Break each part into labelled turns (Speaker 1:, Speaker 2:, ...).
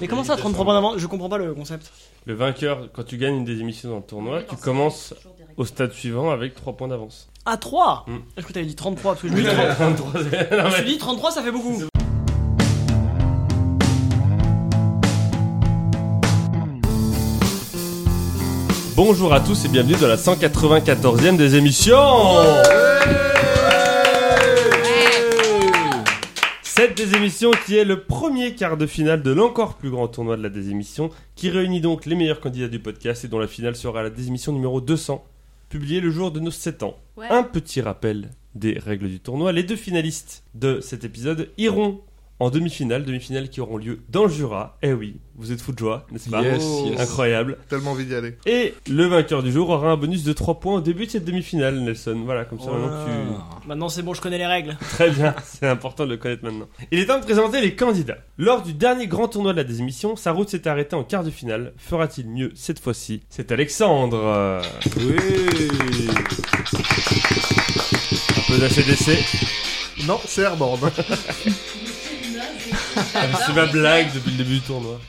Speaker 1: Mais comment ça, 33 points d'avance Je comprends pas le concept.
Speaker 2: Le vainqueur, quand tu gagnes une des émissions dans le tournoi, tu commences au stade suivant avec 3 points d'avance.
Speaker 1: Ah, 3
Speaker 2: Hmm. Ah
Speaker 1: Est-ce que t'avais dit 33 Parce que je me dis 33. Je me suis dit 33, ça fait beaucoup.
Speaker 2: Bonjour à tous et bienvenue dans la 194e des émissions Cette des émissions qui est le premier quart de finale de l'encore plus grand tournoi de la désémission, qui réunit donc les meilleurs candidats du podcast et dont la finale sera la désémission numéro 200, publiée le jour de nos 7 ans.
Speaker 3: Ouais.
Speaker 2: Un petit rappel des règles du tournoi. Les deux finalistes de cet épisode iront en demi-finale, demi-finale qui auront lieu dans le Jura. Eh oui, vous êtes fous de joie, n'est-ce pas
Speaker 4: Yes,
Speaker 2: Oh.
Speaker 4: yes.
Speaker 2: Incroyable.
Speaker 4: Tellement envie d'y aller.
Speaker 2: Et le vainqueur du jour aura un bonus de 3 points au début de cette demi-finale, Nelson. Voilà, comme
Speaker 4: Oh
Speaker 2: ça, maintenant que tu...
Speaker 1: Maintenant, c'est bon, je connais les règles.
Speaker 2: Très bien, c'est important de le connaître maintenant. Il est temps de présenter les candidats. Lors du dernier grand tournoi de la désémission, sa route s'est arrêtée en quart de finale. Fera-t-il mieux cette fois-ci C'est Alexandre. euh, Un peu d'ACDC.
Speaker 4: Non, c'est Airborne. Ah,
Speaker 2: C'est ma blague depuis le début du tournoi.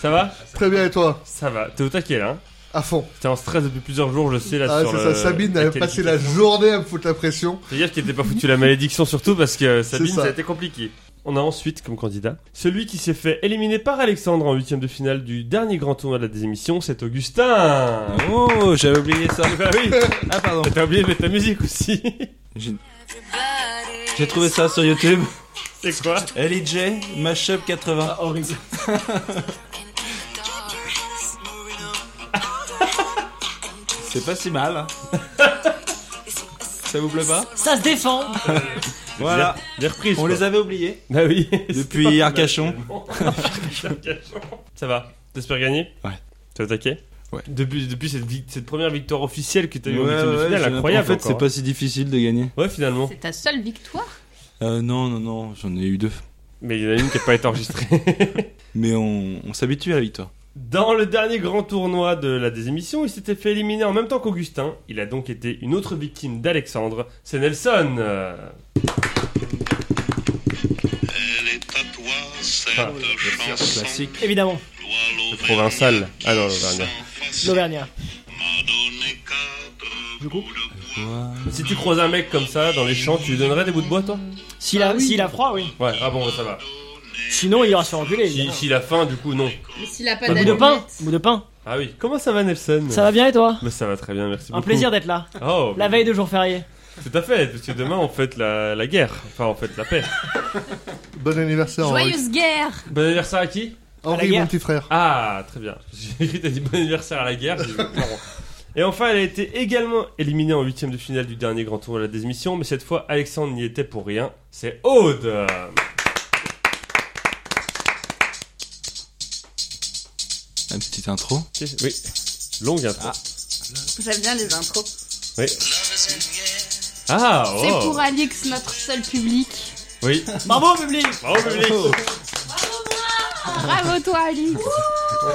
Speaker 2: Ça va
Speaker 4: Très bien, et toi
Speaker 2: Ça va. T'es au taquet là hein
Speaker 4: À fond.
Speaker 2: T'es en stress depuis plusieurs jours, je sais là
Speaker 4: Ah,
Speaker 2: sur
Speaker 4: c'est
Speaker 2: le-
Speaker 4: ça. Sabine
Speaker 2: la
Speaker 4: avait passé la
Speaker 2: qualification.
Speaker 4: journée à me foutre la pression.
Speaker 2: Fais gaffe qu'il n'était pas foutu la malédiction surtout parce que euh, Sabine,
Speaker 4: C'est
Speaker 2: ça.
Speaker 4: ça.
Speaker 2: a été compliqué. On a ensuite comme candidat celui qui s'est fait éliminer par Alexandre en huitième de finale du dernier grand tournoi de la désémission, c'est Augustin.
Speaker 5: Oh, j'avais oublié ça.
Speaker 2: Bah oui,
Speaker 5: Ah, pardon.
Speaker 2: t'as oublié de mettre ta musique aussi.
Speaker 5: J'ai j'ai trouvé ça sur YouTube.
Speaker 2: C'est quoi
Speaker 5: LIJ, Mashup 80.
Speaker 1: horrible.
Speaker 5: C'est pas si mal. hein. ça vous plaît pas
Speaker 1: Ça se défend
Speaker 5: Voilà.
Speaker 2: Des reprises.
Speaker 5: On
Speaker 2: quoi.
Speaker 5: les avait oubliés.
Speaker 2: Bah oui.
Speaker 5: Depuis Arcachon.
Speaker 2: Ça va. T'espères gagner
Speaker 5: Ouais.
Speaker 2: T'es attaqué
Speaker 5: Ouais.
Speaker 2: Depuis, depuis cette, vic- cette première victoire officielle que t'as
Speaker 5: Ouais,
Speaker 2: eu en huitième de
Speaker 5: ouais,
Speaker 2: finale,
Speaker 5: j'ai-
Speaker 2: incroyable.
Speaker 5: En fait, c'est
Speaker 2: encore,
Speaker 5: pas si difficile de gagner.
Speaker 2: hein. Ouais, finalement.
Speaker 3: C'est ta seule victoire
Speaker 5: Euh, non, non, non, j'en ai eu deux.
Speaker 2: Mais il y en a une qui n'a pas été enregistrée.
Speaker 5: Mais on, on s'habitue à la victoire.
Speaker 2: Dans le dernier grand tournoi de la désémission, il s'était fait éliminer en même temps qu'Augustin. Il a donc été une autre victime d'Alexandre, c'est Nelson. Euh,
Speaker 6: Elle est à toi, cette
Speaker 2: Ah,
Speaker 5: C'est
Speaker 6: chanson.
Speaker 5: classique.
Speaker 1: Évidemment,
Speaker 6: Loi l'Auvergne
Speaker 2: provincial. Ah non,
Speaker 6: sans
Speaker 2: l'Auvergne.
Speaker 6: façon
Speaker 1: l'Auvergnat.
Speaker 6: m'a donné quatre
Speaker 1: Je coupe.
Speaker 6: bouts de bois.
Speaker 2: Si tu croises un mec comme ça dans les champs, tu lui donnerais des bouts de bois, toi
Speaker 1: S'il a, s'il a froid, oui.
Speaker 2: Ouais, ah bon, ça va.
Speaker 1: Sinon, il ira se faire enculer.
Speaker 2: Si,
Speaker 1: évidemment.
Speaker 2: si la faim, du coup, non.
Speaker 3: Mais s'il a pas
Speaker 2: Bah,
Speaker 1: Bout de pain Bout de pain
Speaker 2: Ah oui. Comment ça va, Nelson
Speaker 1: Ça va bien et toi
Speaker 2: Bah, ça va très bien, merci
Speaker 1: Un
Speaker 2: beaucoup.
Speaker 1: plaisir d'être là.
Speaker 2: Oh,
Speaker 1: La veille de jour férié.
Speaker 2: tout à fait, parce que demain, on fête la, la guerre. Enfin, on fête la paix.
Speaker 4: Bon anniversaire, Henri.
Speaker 3: Joyeuse guerre
Speaker 2: Bon anniversaire à qui
Speaker 1: À la
Speaker 4: Henri,
Speaker 1: guerre.
Speaker 4: mon petit frère.
Speaker 2: Ah, très bien. J'ai écrit, t'as dit bon anniversaire à la guerre. j'ai dit, pardon. Et enfin, elle a été également éliminée en huitième de finale du dernier grand tour de la démission, mais cette fois, Alexandre n'y était pour rien. C'est Aude
Speaker 5: Une petite intro.
Speaker 2: Oui, longue intro.
Speaker 3: J'aime bien les intros.
Speaker 2: Ah, oh.
Speaker 3: C'est pour Alix, notre seul public.
Speaker 2: Oui,
Speaker 1: Bravo, public
Speaker 2: bravo public
Speaker 3: Bravo toi Alix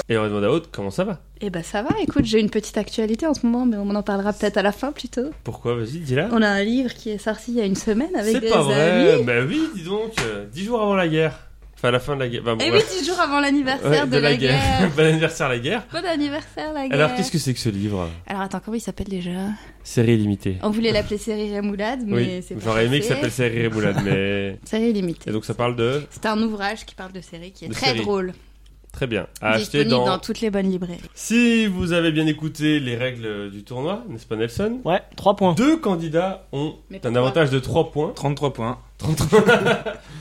Speaker 2: Et on va demander à Aude comment ça va
Speaker 3: Eh ben ça va, écoute, j'ai une petite actualité en ce moment, mais on en parlera peut-être à la fin plutôt.
Speaker 2: Pourquoi Vas-y, dis-la.
Speaker 3: On a un livre qui est sorti il y a une semaine avec
Speaker 2: C'est
Speaker 3: des
Speaker 2: pas vrai
Speaker 3: amis.
Speaker 2: Bah oui, dis donc, euh, dix jours avant la guerre. Enfin, la fin de la guerre. Bah, bon,
Speaker 3: Et Eh oui,
Speaker 2: bref.
Speaker 3: 10 jours avant l'anniversaire
Speaker 2: Ouais,
Speaker 3: de, la, guerre.
Speaker 2: bon anniversaire à la guerre.
Speaker 3: Bon anniversaire la guerre.
Speaker 2: Alors, qu'est-ce que c'est que ce livre
Speaker 3: Alors attends, comment il s'appelle déjà
Speaker 2: Série limitée.
Speaker 3: On voulait l'appeler Série Rémoulade, mais
Speaker 2: oui,
Speaker 3: c'est pas
Speaker 2: j'aurais aimé que
Speaker 3: passé.
Speaker 2: ça s'appelle Série Rémoulade, mais.
Speaker 3: Série Limitée.
Speaker 2: Et donc, ça parle de.
Speaker 3: C'est un ouvrage qui parle de séries qui est
Speaker 2: De
Speaker 3: très
Speaker 2: séries.
Speaker 3: drôle.
Speaker 2: Très bien. À acheter
Speaker 3: disponible
Speaker 2: dans...
Speaker 3: dans... toutes les bonnes librairies.
Speaker 2: Si vous avez bien écouté les règles du tournoi, n'est-ce pas Nelson
Speaker 1: Ouais, 3
Speaker 5: Oh.
Speaker 1: points.
Speaker 2: Deux candidats ont
Speaker 3: Mais
Speaker 2: un
Speaker 3: pourquoi
Speaker 2: avantage de 3 points.
Speaker 5: 33 points.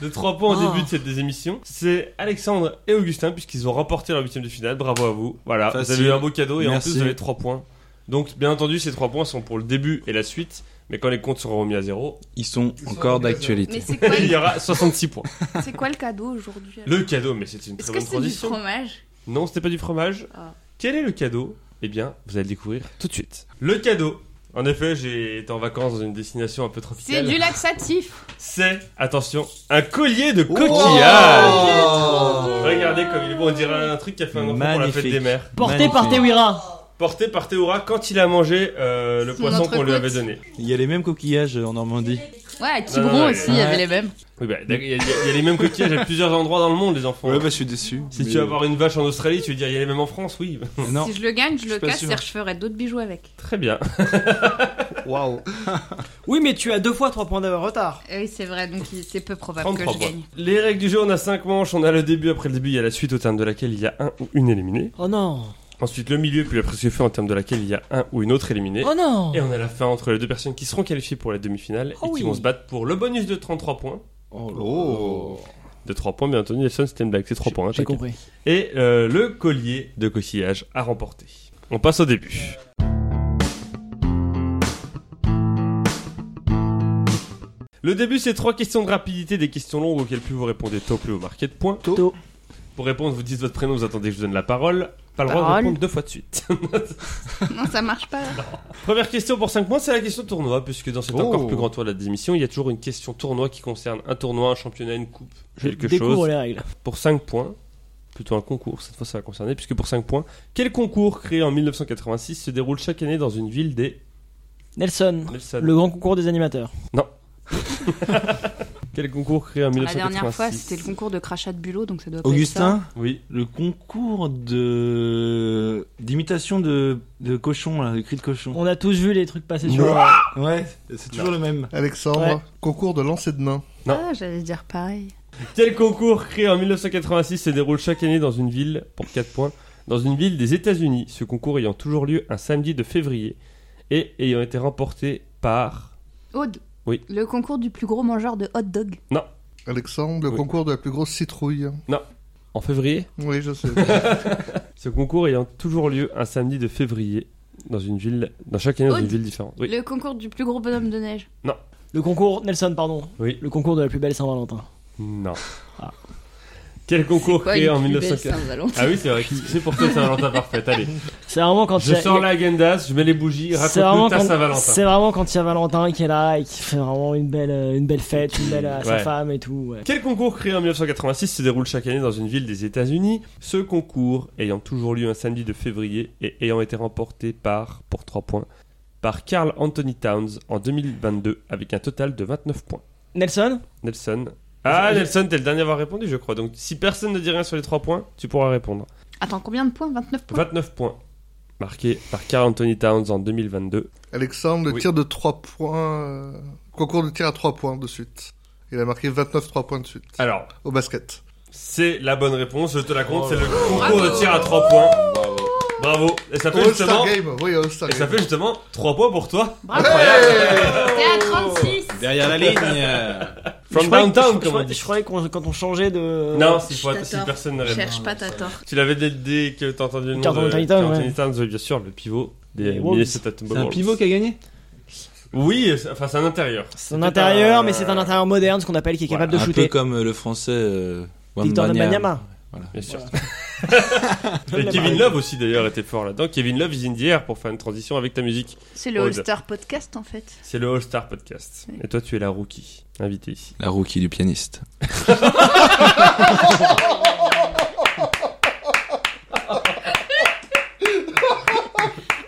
Speaker 2: De 3 points au
Speaker 1: Oh.
Speaker 2: début de cette désémission. C'est Alexandre et Augustin, puisqu'ils ont remporté leur huitième de finale. Bravo à vous. Voilà,
Speaker 5: Facile.
Speaker 2: vous avez eu un beau cadeau et en
Speaker 5: Merci.
Speaker 2: plus vous avez 3 points. Donc, bien entendu, ces 3 points sont pour le début et la suite. Mais quand les comptes seront remis à zéro,
Speaker 5: Ils sont
Speaker 4: Ils sont
Speaker 5: encore
Speaker 4: obligés.
Speaker 5: d'actualité.
Speaker 3: c'est
Speaker 2: il y aura 66 points.
Speaker 3: c'est quoi le cadeau aujourd'hui
Speaker 2: Le cadeau, mais c'est une très bonne transition.
Speaker 3: fromage
Speaker 2: Non, c'était pas du fromage.
Speaker 3: Ah.
Speaker 2: Quel est le cadeau Eh bien, vous allez le découvrir tout de suite. Le cadeau. En effet, j'ai été en vacances dans une destination un peu
Speaker 3: C'est
Speaker 2: tropicale.
Speaker 3: du laxatif.
Speaker 2: C'est, attention, un collier de coquillage.
Speaker 4: Oh
Speaker 2: Regardez comme il est bon, on dirait un truc qui a fait un enfant pour la fête
Speaker 5: Magnifique.
Speaker 2: des mères.
Speaker 1: Porté par
Speaker 5: Magnifique.
Speaker 1: Tewira.
Speaker 2: Porté par Théora quand il a mangé euh, le
Speaker 3: Son
Speaker 2: poisson qu'on lui
Speaker 3: entrecôte.
Speaker 2: avait donné.
Speaker 5: Il y a les mêmes coquillages en Normandie.
Speaker 3: Ouais, à
Speaker 2: Non, non,
Speaker 3: Quiberon
Speaker 2: non,
Speaker 3: aussi, il
Speaker 2: ouais.
Speaker 3: y avait les mêmes.
Speaker 2: Oui, bah, d'accord, il y, a- il y a- il y a les mêmes coquillages à plusieurs endroits dans le monde, les enfants.
Speaker 7: Ouais, bah, je suis déçu.
Speaker 2: si
Speaker 7: mais-
Speaker 2: tu veux avoir une vache en Australie, tu veux dire il y a les mêmes en France, oui.
Speaker 7: Non.
Speaker 3: Si je le gagne, je
Speaker 7: suis
Speaker 3: le
Speaker 7: pas
Speaker 3: casse
Speaker 7: sûr.
Speaker 3: et je ferai d'autres bijoux avec.
Speaker 2: Très bien.
Speaker 4: Waouh.
Speaker 1: Oui, mais tu as deux fois 3 points de retard.
Speaker 3: Euh, Oui, c'est vrai, donc il- c'est peu probable que
Speaker 2: 33
Speaker 3: je
Speaker 2: points.
Speaker 3: gagne.
Speaker 2: Les règles du jeu, on a 5 manches, on a le début, après le début, il y a la suite au terme de laquelle il y a un ou une éliminée.
Speaker 1: Oh non
Speaker 2: Ensuite le milieu, puis après ce fait en terme de laquelle il y a un ou une autre éliminée.
Speaker 1: Oh non
Speaker 2: Et on a la fin entre les deux personnes qui seront qualifiées pour la demi-finale
Speaker 1: Oh
Speaker 2: et qui
Speaker 1: oui.
Speaker 2: vont se battre pour le bonus de 33 points.
Speaker 4: Oh.
Speaker 2: De 3 points, bien entendu, Nelson, c'était une blague, c'est 3 points. hein,
Speaker 1: J'ai
Speaker 2: t'inquiète.
Speaker 1: compris.
Speaker 2: Et euh, le collier de coquillage à remporter. On passe au début. Le début, c'est trois questions de rapidité, des questions longues auxquelles plus vous répondez tôt, plus vous marquez de points.
Speaker 4: Tôt.
Speaker 1: Tôt.
Speaker 2: Pour répondre, vous dites votre prénom, vous attendez que je vous donne la parole. Pas le droit de
Speaker 1: Parole.
Speaker 2: répondre deux fois de suite.
Speaker 3: Non, ça marche pas.
Speaker 2: Première question pour 5 points, c'est la question tournoi, puisque dans cet
Speaker 4: Oh.
Speaker 2: encore plus grand tour de la démission, il y a toujours une question tournoi qui concerne un tournoi, un championnat, une coupe,
Speaker 1: Je
Speaker 2: quelque
Speaker 1: découvre
Speaker 2: chose.
Speaker 1: les règles.
Speaker 2: Pour 5 points, plutôt un concours, cette fois ça va concerner, puisque pour 5 points, quel concours créé en 1986 se déroule chaque année dans une ville des
Speaker 1: Nelson,
Speaker 2: Nelson
Speaker 1: le grand concours des animateurs.
Speaker 2: Quel concours créé en
Speaker 3: La
Speaker 2: 1986
Speaker 3: dernière fois, c'était le concours de crachat de bulot, donc ça doit pas être
Speaker 7: Augustin,
Speaker 2: Oui,
Speaker 7: le concours de d'imitation de de cochon là, de cri de cochon.
Speaker 1: On a tous vu les trucs passer sur.
Speaker 7: Ouais, c'est toujours le même.
Speaker 4: Alexandre,
Speaker 1: Ouais.
Speaker 4: concours de lancer de main.
Speaker 3: ça.
Speaker 2: Non.
Speaker 3: Ah, j'allais dire pareil.
Speaker 2: Quel concours créé en 1986 se déroule chaque année dans une ville, pour 4 points, dans une ville des États-Unis, ce concours ayant toujours lieu un samedi de février et ayant été remporté par.
Speaker 3: Aude.
Speaker 2: Oui.
Speaker 3: Le concours du plus gros mangeur de hot dog.
Speaker 4: Alexandre, le
Speaker 2: Oui.
Speaker 4: concours de la plus grosse citrouille.
Speaker 2: En février
Speaker 4: Oui, je sais.
Speaker 2: Ce concours ayant toujours lieu un samedi de février, dans une ville. dans chaque année dans
Speaker 3: Aude.
Speaker 2: une ville différente. Oui.
Speaker 3: Le concours du plus gros bonhomme de neige.
Speaker 1: Le concours, Nelson, pardon.
Speaker 2: Oui.
Speaker 1: Le concours de la plus belle Saint-Valentin.
Speaker 2: Non.
Speaker 1: Ah.
Speaker 2: Quel concours
Speaker 3: Quoi,
Speaker 2: créé
Speaker 3: une
Speaker 2: en
Speaker 3: plus belle
Speaker 2: 1986
Speaker 3: Saint-Valentin.
Speaker 2: Ah oui, c'est vrai, c'est pour toi Saint-Valentin parfaite. Allez,
Speaker 1: C'est vraiment quand il
Speaker 2: je
Speaker 1: y a-
Speaker 2: sors la agendas, je mets les bougies,
Speaker 1: C'est
Speaker 2: raconte-nous
Speaker 1: vraiment,
Speaker 2: ta
Speaker 1: quand...
Speaker 2: Saint-Valentin.
Speaker 1: c'est vraiment quand il y a Valentin qui est là et qui fait vraiment une belle, euh, une belle fête, une belle à sa
Speaker 2: Ouais.
Speaker 1: femme et tout. ouais.
Speaker 2: Quel concours créé en 1986 se déroule chaque année dans une ville des États-Unis Ce concours ayant toujours lieu un samedi de février et ayant été remporté par, pour 3 points, par Carl Anthony Towns en 2022 avec un total de 29 points.
Speaker 1: Nelson
Speaker 2: Nelson. Ah,
Speaker 1: Je- je-
Speaker 2: Nelson, t'es le dernier à avoir répondu, je crois. Donc, si personne ne dit rien sur les 3 points, tu pourras répondre.
Speaker 3: Attends, combien de points 29 points
Speaker 2: 29 points marqués par Carl Anthony Towns en 2022.
Speaker 4: Alexandre, le
Speaker 2: Oui.
Speaker 4: tir de 3 points. euh, Concours de tir à 3 points de suite. Il a marqué 29 3 points de suite.
Speaker 2: Alors,
Speaker 4: Au basket.
Speaker 2: c'est la bonne réponse, je te la compte, c'est le concours de tir à 3 points. Bravo. Et ça fait justement.
Speaker 4: All-Star Game. Oui, All-Star
Speaker 2: Et ça
Speaker 4: Game.
Speaker 2: fait justement 3 points pour toi.
Speaker 3: Bravo
Speaker 2: Oh
Speaker 3: T'es à 36
Speaker 7: Derrière la ligne.
Speaker 1: Je
Speaker 2: From
Speaker 1: croyais-
Speaker 2: downtown,
Speaker 1: je- je
Speaker 2: comme on
Speaker 1: croyais-
Speaker 2: dit.
Speaker 1: Je croyais qu'on- quand on changeait de.
Speaker 2: Non, si, faut
Speaker 3: Je
Speaker 2: att- si
Speaker 3: t'adore.
Speaker 2: personne ne répond.
Speaker 3: Cherche pas ta tort.
Speaker 2: Tu l'avais dès, dès que t'as entendu le nom
Speaker 1: Carl
Speaker 2: de
Speaker 1: Anthony Towns,
Speaker 2: Carl Anthony
Speaker 1: ouais.
Speaker 2: Towns, oui, bien sûr, le pivot des
Speaker 1: Les Wolves.
Speaker 2: Minnesota
Speaker 7: C'est un
Speaker 2: Timberwolves.
Speaker 7: pivot qui a gagné
Speaker 2: Oui, c'est- enfin c'est un intérieur.
Speaker 1: C'est un
Speaker 2: C'était
Speaker 1: intérieur, mais c'est un intérieur moderne, ce qu'on appelle qui est capable de
Speaker 7: Un peu
Speaker 1: shooter.
Speaker 7: comme euh, le français euh,
Speaker 1: Victor
Speaker 7: Wembanyama.
Speaker 1: Wembanyama.
Speaker 2: Bien sûr. Et
Speaker 1: Voilà.
Speaker 2: Kevin Love aussi d'ailleurs était fort là-dedans. Kevin Love is in the air pour faire une transition avec ta musique.
Speaker 3: C'est le
Speaker 2: Aude.
Speaker 3: All-Star Podcast en fait.
Speaker 2: C'est le All Star Podcast. Et toi tu es la rookie, invitée ici.
Speaker 7: La rookie du pianiste.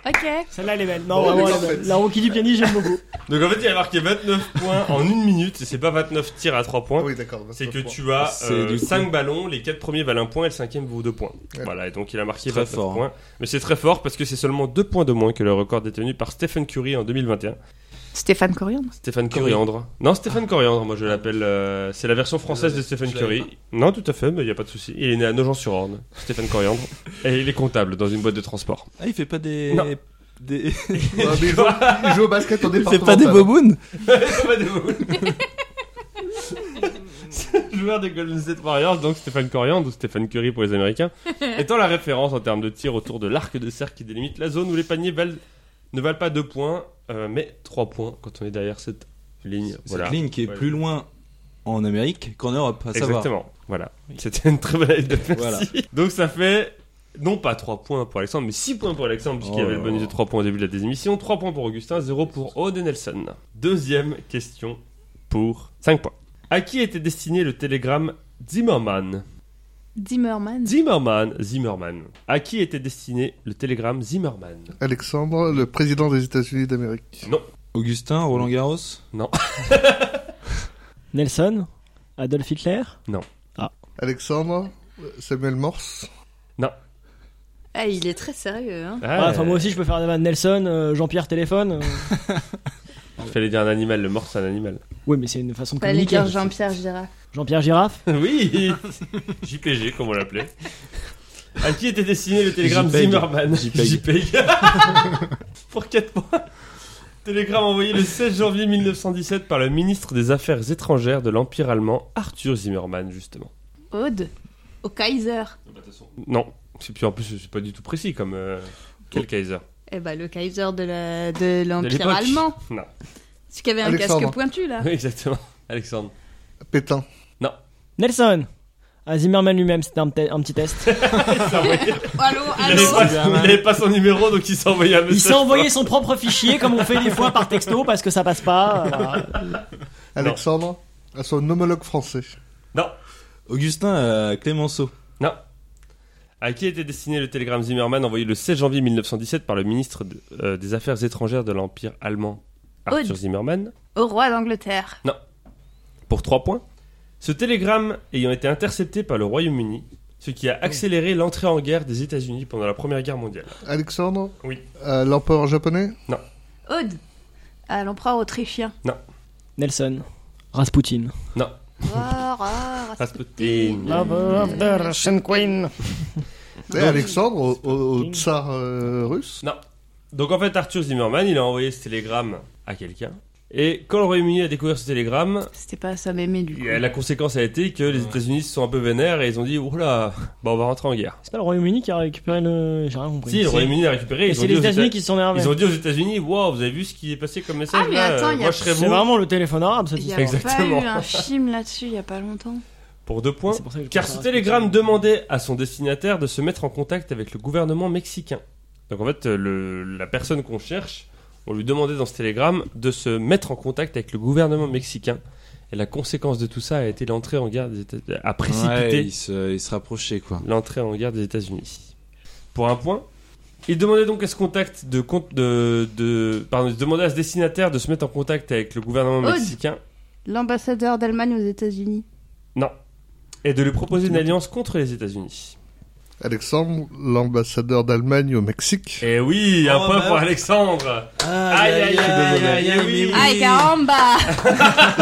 Speaker 3: Ok.
Speaker 1: Celle-là, elle est belle. Non,
Speaker 4: Bon,
Speaker 1: vraiment,
Speaker 4: mais
Speaker 1: elle est
Speaker 4: en
Speaker 1: belle.
Speaker 4: fait-
Speaker 1: La rookie du pianiste, j'aime beaucoup.
Speaker 2: Donc en fait il a marqué 29 points en une minute et c'est pas 29 tirs à 3 points.
Speaker 4: Oui, d'accord.
Speaker 2: C'est que
Speaker 4: 29
Speaker 2: tu as
Speaker 7: C'est du coup-
Speaker 2: 5 ballons, les 4 premiers valent 1 point et le 5 vaut 2 points.
Speaker 4: Ouais.
Speaker 2: Voilà, et donc il a marqué
Speaker 7: Très
Speaker 2: 29
Speaker 7: fort.
Speaker 2: points. Mais c'est très fort parce que c'est seulement 2 points de moins que le record détenu par Stephen Curry en 2021.
Speaker 3: Stéphane Coriandre.
Speaker 2: Stéphane Coriandre. Non, Stéphane Coriandre, moi je l'appelle. euh, c'est la version française de Stéphane
Speaker 7: je l'avais
Speaker 2: Curry. Non, tout à fait, mais il n'y a pas de souci. Il est né à Nogent-sur-Orne, Stéphane Coriandre. et il est comptable dans une boîte de transport.
Speaker 7: Ah, il fait pas des.
Speaker 2: Non.
Speaker 7: des-
Speaker 4: points. Ouais, mais il, joue, il joue au basket au
Speaker 7: Il fait
Speaker 4: départemental.
Speaker 7: pas des bobounes
Speaker 2: Joueur des Golden State Warriors, donc Stéphane Coriandre ou Stéphane Curry pour les Américains, étant la référence en termes de tir autour de l'arc de cercle qui délimite la zone où les paniers valent- ne valent pas 2 points, euh, mais 3 points quand on est derrière cette ligne.
Speaker 7: Cette
Speaker 2: Voilà.
Speaker 7: ligne qui est
Speaker 2: Ouais.
Speaker 7: plus loin en Amérique qu'en Europe, à savoir.
Speaker 2: Exactement. Voilà. C'était une très belle anecdote. Merci.
Speaker 7: Voilà.
Speaker 2: Donc ça fait non pas 3 points pour Alexandre, mais 6 points pour Alexandre, puisqu'il y
Speaker 7: Oh
Speaker 2: avait
Speaker 7: là
Speaker 2: le bonus de
Speaker 7: là.
Speaker 2: 3 points au début de la désémission. 3 points pour Augustin, 0 pour Aude et Nelson. Deuxième question pour 5 points. À qui était destiné le télégramme Zimmerman
Speaker 3: Dimmerman.
Speaker 2: Zimmerman, Zimmerman. À qui était destiné le télégramme Zimmerman
Speaker 4: Alexandre, le président des États-Unis d'Amérique.
Speaker 7: Augustin, Roland Garros
Speaker 1: Nelson Adolf Hitler
Speaker 4: Alexandre Samuel Morse
Speaker 3: Ah, il est très sérieux, hein.
Speaker 1: Ah, Enfin, moi aussi, je peux faire des vannes. Nelson, euh, Jean-Pierre, téléphone. euh.
Speaker 2: Il fallait dire un animal, le mort c'est un animal.
Speaker 1: Oui, mais c'est une façon de
Speaker 3: Fallait
Speaker 1: communiquer.
Speaker 3: dire Jean-Pierre Girard.
Speaker 1: Jean-Pierre Girafe
Speaker 2: oui JPG, comme on l'appelait. À qui était destiné le télégramme
Speaker 7: JPEG.
Speaker 2: Zimmerman
Speaker 7: JPEG.
Speaker 2: Pour 4 points. Télégramme envoyé le 16 janvier 1917 par le ministre des Affaires étrangères de l'Empire allemand, Arthur Zimmermann, justement.
Speaker 3: Aude au Kaiser.
Speaker 2: Non, c'est puis en plus c'est pas du tout précis comme euh, quel Kaiser.
Speaker 3: Eh ben, le Kaiser de la- de
Speaker 2: De
Speaker 3: l'Empire
Speaker 2: l'époque.
Speaker 3: allemand.
Speaker 2: Non,
Speaker 3: Celui qui avait un
Speaker 4: Alexandre.
Speaker 3: casque pointu, là.
Speaker 2: Oui, exactement. Ah. Alexandre.
Speaker 4: Pétain.
Speaker 1: Nelson Ah, Zimmerman lui-même, c'était un, pte- un petit test.
Speaker 3: Allô,
Speaker 2: Il avait,
Speaker 3: allô
Speaker 2: pas, il avait pas son numéro donc il s'est envoyé un message.
Speaker 1: Il s'est envoyé son propre fichier, comme on fait des fois par texto, parce que ça passe pas. euh,
Speaker 4: Alexandre à son homologue français.
Speaker 2: Non,
Speaker 7: Augustin à Clémenceau.
Speaker 2: non. À qui était destiné le télégramme Zimmermann envoyé le 16 janvier 1917 par le ministre de- euh, des Affaires étrangères de l'Empire allemand, Arthur
Speaker 3: Aude.
Speaker 2: Zimmermann,
Speaker 3: Au roi d'Angleterre.
Speaker 2: pour 3 points Ce télégramme ayant été intercepté par le Royaume-Uni, ce qui a accéléré l'entrée en guerre des États-Unis pendant la Première Guerre mondiale.
Speaker 4: Alexandre
Speaker 2: Oui.
Speaker 4: à l'empereur japonais.
Speaker 3: Aude à l'empereur autrichien.
Speaker 1: Nelson Rasputin.
Speaker 3: Voir, ah,
Speaker 2: Rasputin.
Speaker 1: Lover of the Russian Queen.
Speaker 4: Et Alexandre au, au- au tsar euh, russe.
Speaker 2: Donc en fait, Arthur Zimmerman, il a envoyé ce télégramme à quelqu'un. Et quand le Royaume-Uni a découvert ce télégramme,
Speaker 3: C'était pas ça, mais du coup.
Speaker 2: et la conséquence a été que les États-Unis se sont un peu vénères et ils ont dit Oula, bah on va rentrer en guerre.
Speaker 1: C'est pas le Royaume-Uni qui a récupéré le. J'ai rien compris.
Speaker 2: Si, le
Speaker 1: C'est-
Speaker 2: Royaume-Uni a récupéré.
Speaker 1: Et
Speaker 2: Ils ont,
Speaker 1: c'est
Speaker 2: dit
Speaker 1: les
Speaker 2: aux
Speaker 1: États-Unis
Speaker 2: Éta-
Speaker 1: qui se sont énervés.
Speaker 2: ils ont dit aux États-Unis Wow, vous avez vu ce qui est passé comme message
Speaker 3: Ah, mais
Speaker 2: là,
Speaker 3: attends,
Speaker 2: euh,
Speaker 3: il y a-
Speaker 2: Moi je serais
Speaker 1: C'est
Speaker 2: vous.
Speaker 1: vraiment le téléphone arabe, cette
Speaker 3: Il y
Speaker 1: histoire.
Speaker 3: a
Speaker 2: Exactement.
Speaker 3: pas eu un film là-dessus il y a pas longtemps.
Speaker 2: Pour deux points.
Speaker 1: C'est pour ça que je
Speaker 2: Car
Speaker 1: pense à
Speaker 2: ce
Speaker 1: Rasputin.
Speaker 2: télégramme demandait à son destinataire de se mettre en contact avec le gouvernement mexicain. Donc en fait, euh, le- la personne qu'on cherche, on lui demandait dans ce télégramme de se mettre en contact avec le gouvernement mexicain. Et la conséquence de tout ça a été l'entrée en guerre des États-Unis, a précipité
Speaker 7: Ouais, il se, il se rapprochait quoi.
Speaker 2: l'entrée en guerre des États-Unis. Pour un point, il demandait donc à ce contact de, con- de, de pardon, il demandait à ce destinataire de se mettre en contact avec le gouvernement
Speaker 3: Aude.
Speaker 2: mexicain
Speaker 3: L'ambassadeur d'Allemagne aux États-Unis.
Speaker 2: et de lui proposer une alliance contre les États-Unis.
Speaker 4: Alexandre l'ambassadeur d'Allemagne au Mexique.
Speaker 2: Et Eh oui, un
Speaker 7: Oh,
Speaker 2: point
Speaker 7: bah.
Speaker 2: pour Alexandre.
Speaker 7: Aïe
Speaker 2: aïe, aïe, aïe, aïe, oui.
Speaker 3: Ah, caramba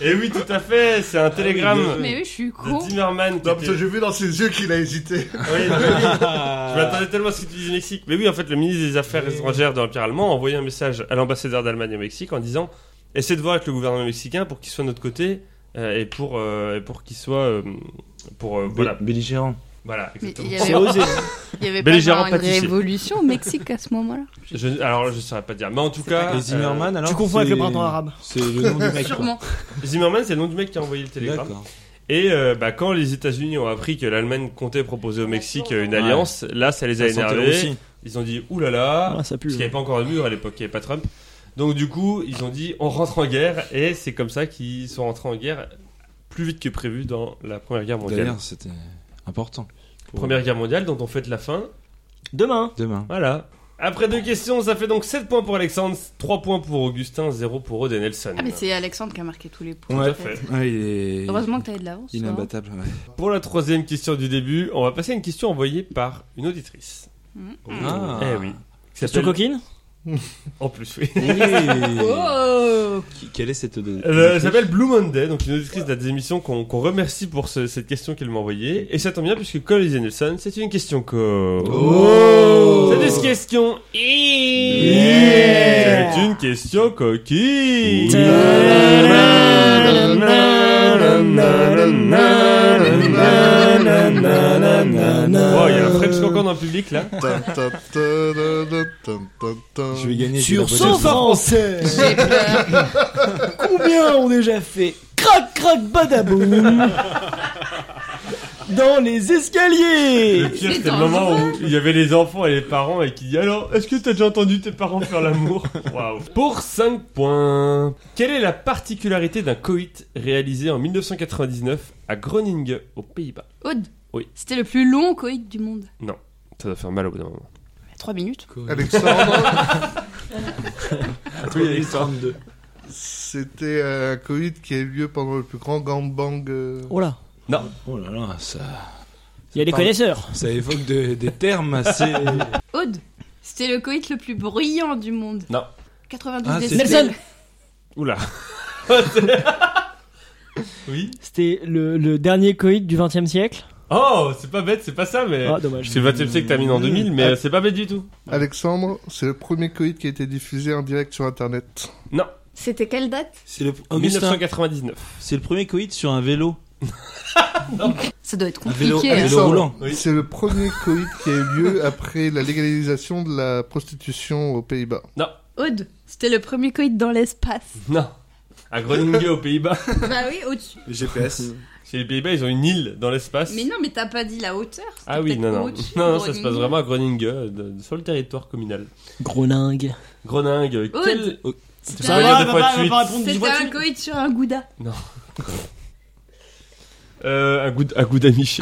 Speaker 2: Et Eh oui, tout à fait, c'est un télégramme
Speaker 3: Mais oui, je suis
Speaker 2: de
Speaker 3: con.
Speaker 2: Zimmerman. qui
Speaker 4: Non,
Speaker 2: était-
Speaker 4: parce que j'ai vu dans ses yeux qu'il a hésité.
Speaker 2: Oui, non, mais oui. Je m'attendais tellement à ce qu'il dise Mexique. Mais oui, en fait, le ministre des Affaires étrangères de l'Empire allemand a envoyé un message à l'ambassadeur d'Allemagne au Mexique en disant Essayez de voir avec le gouvernement mexicain pour qu'il soit de notre côté euh, et pour, euh, et pour qu'il soit. euh, pour, euh, voilà,
Speaker 7: Belligérant.
Speaker 2: voilà,
Speaker 3: Mais
Speaker 2: exactement.
Speaker 3: il y
Speaker 1: C'est
Speaker 3: avait,
Speaker 1: osé.
Speaker 3: il y avait pas
Speaker 2: Belligérant
Speaker 3: genre, une
Speaker 2: pâtissier.
Speaker 3: révolution au Mexique à ce moment-là.
Speaker 2: Je- alors, je saurais pas dire. Mais en tout cas.
Speaker 7: Et Zimmerman alors
Speaker 1: euh, Tu confonds avec
Speaker 7: c'est-
Speaker 1: le printemps arabe.
Speaker 7: C'est le nom du mec. quoi.
Speaker 3: Sûrement.
Speaker 2: euh, Zimmerman, c'est le nom du mec qui a envoyé le télégramme.
Speaker 7: D'accord.
Speaker 2: Et euh, bah, quand les États-Unis ont appris que l'Allemagne comptait proposer au Mexique euh, une alliance, là, ça les a
Speaker 7: Ça sentait le
Speaker 2: énervés.
Speaker 7: roussi.
Speaker 2: Ils ont dit oulala. Là là,
Speaker 1: Ah, ça pue.
Speaker 2: Parce qu'il n'y avait pas encore de mur à l'époque, il n'y avait pas Trump. Donc du coup, ils ont dit on rentre en guerre et c'est comme ça qu'ils sont rentrés en guerre plus vite que prévu dans la Première Guerre mondiale.
Speaker 7: D'ailleurs, c'était important. Pour-
Speaker 2: Première Guerre mondiale dont on fête la fin.
Speaker 1: Demain.
Speaker 7: Demain.
Speaker 2: Voilà. Après deux questions, ça fait donc 7 points pour Alexandre, 3 points pour Augustin, 0 pour Aude et Nelson.
Speaker 3: Ah, mais c'est Alexandre qui a marqué tous les
Speaker 2: Tout
Speaker 3: points.
Speaker 2: à
Speaker 3: en fait.
Speaker 2: fait.
Speaker 7: Ouais, il est.
Speaker 3: Heureusement que t'avais de l'avance. toi, hein.
Speaker 7: Inabattable. ouais.
Speaker 2: Pour la troisième question du début, on va passer à une question envoyée par une auditrice.
Speaker 3: Mhm.
Speaker 7: Ah.
Speaker 2: Eh oui. Qui
Speaker 1: Sur
Speaker 2: s'appelle-
Speaker 1: coquine
Speaker 2: En plus, oui.
Speaker 3: Oh
Speaker 7: Eh ben, Qui- Quelle est cette.
Speaker 2: Euh, Elle s'appelle Blue Monday, donc une auditrice de la démission qu'on qu'on remercie pour ce- cette question qu'elle m'a envoyée. Et ça tombe bien puisque Cole et Nelson, c'est une question co.
Speaker 7: Oh
Speaker 2: C'est une question.
Speaker 7: Yeah.
Speaker 2: C'est une question coquille. Wow, il y a un French Cancan dans le public là.
Speaker 4: Tin, tin, tin, tin, tin, tin, tin.
Speaker 7: Je vais gagner.
Speaker 1: Sur
Speaker 7: j'ai la bonne
Speaker 1: 100
Speaker 7: réponse.
Speaker 1: français Combien ont déjà fait crac crac badaboum dans les
Speaker 2: Le
Speaker 1: escaliers
Speaker 2: pire,
Speaker 3: Mais
Speaker 2: c'était le
Speaker 3: t'en
Speaker 2: moment
Speaker 3: veux
Speaker 2: où il y avait les enfants et les parents et qui dit alors, est-ce que t'as déjà entendu tes parents faire l'amour Waouh. Pour 5 points. Quelle est la particularité d'un coït réalisé en 1999 à Groningen, aux Pays-Bas
Speaker 3: Aude
Speaker 2: Oui.
Speaker 3: C'était le plus long coït du monde.
Speaker 2: Ça doit faire mal au bout d'un moment.
Speaker 3: 3 minutes.
Speaker 4: Alexandre
Speaker 7: Oui, il y a eu 32.
Speaker 4: C'était euh, un Covid qui a eu lieu pendant le plus grand gangbang. euh,
Speaker 1: Oh là,
Speaker 7: Oh là là, ça,
Speaker 1: il y a des
Speaker 7: Pardon.
Speaker 1: connaisseurs.
Speaker 7: ça évoque de- des termes assez.
Speaker 3: Aude, c'était le coït le plus bruyant du monde.
Speaker 2: Non.
Speaker 3: 92
Speaker 7: Ah,
Speaker 3: décibels.
Speaker 1: Nelson
Speaker 2: Oula. oui.
Speaker 1: C'était le, le dernier Covid du 20 e siècle.
Speaker 2: Oh, c'est pas bête, c'est pas ça, mais.
Speaker 1: Ah, dommage.
Speaker 2: C'est le 20 e siècle termine en 2000, mais
Speaker 4: Ah.
Speaker 2: euh, c'est pas bête du tout.
Speaker 4: Alexandre, c'est le premier Covid qui a été diffusé en direct sur Internet.
Speaker 3: C'était quelle date
Speaker 7: C'est le, Augustin,
Speaker 2: 1999.
Speaker 7: c'est le premier coït sur un vélo.
Speaker 3: Ça doit être
Speaker 7: Un vélo,
Speaker 3: compliqué.
Speaker 7: un
Speaker 3: hein.
Speaker 7: vélo roulant.
Speaker 2: Oui.
Speaker 4: C'est le premier Covid qui a eu lieu après la légalisation de la prostitution aux Pays-Bas.
Speaker 3: Aude, c'était le premier coït dans l'espace.
Speaker 2: Non. À Groningen, aux Pays-Bas.
Speaker 3: bah oui, au-dessus.
Speaker 8: GPS.
Speaker 2: Chez les Pays-Bas, ils ont une île dans l'espace.
Speaker 3: Mais non, mais t'as pas dit la hauteur. c'était
Speaker 2: Ah oui,
Speaker 3: peut-être
Speaker 2: non, non.
Speaker 3: au-dessus,
Speaker 2: Non, non, ça se
Speaker 3: Groningen.
Speaker 2: passe vraiment à Groningen, euh, de- sur le territoire communal.
Speaker 1: Groningue.
Speaker 2: Groningue,
Speaker 3: Aude.
Speaker 2: euh, quel. oh,
Speaker 3: C'était
Speaker 2: Ça
Speaker 3: un-
Speaker 2: va, deux fois de suite.
Speaker 3: C'était un coït sur un gouda.
Speaker 2: Euh, un goût, d- un goût d'amiche.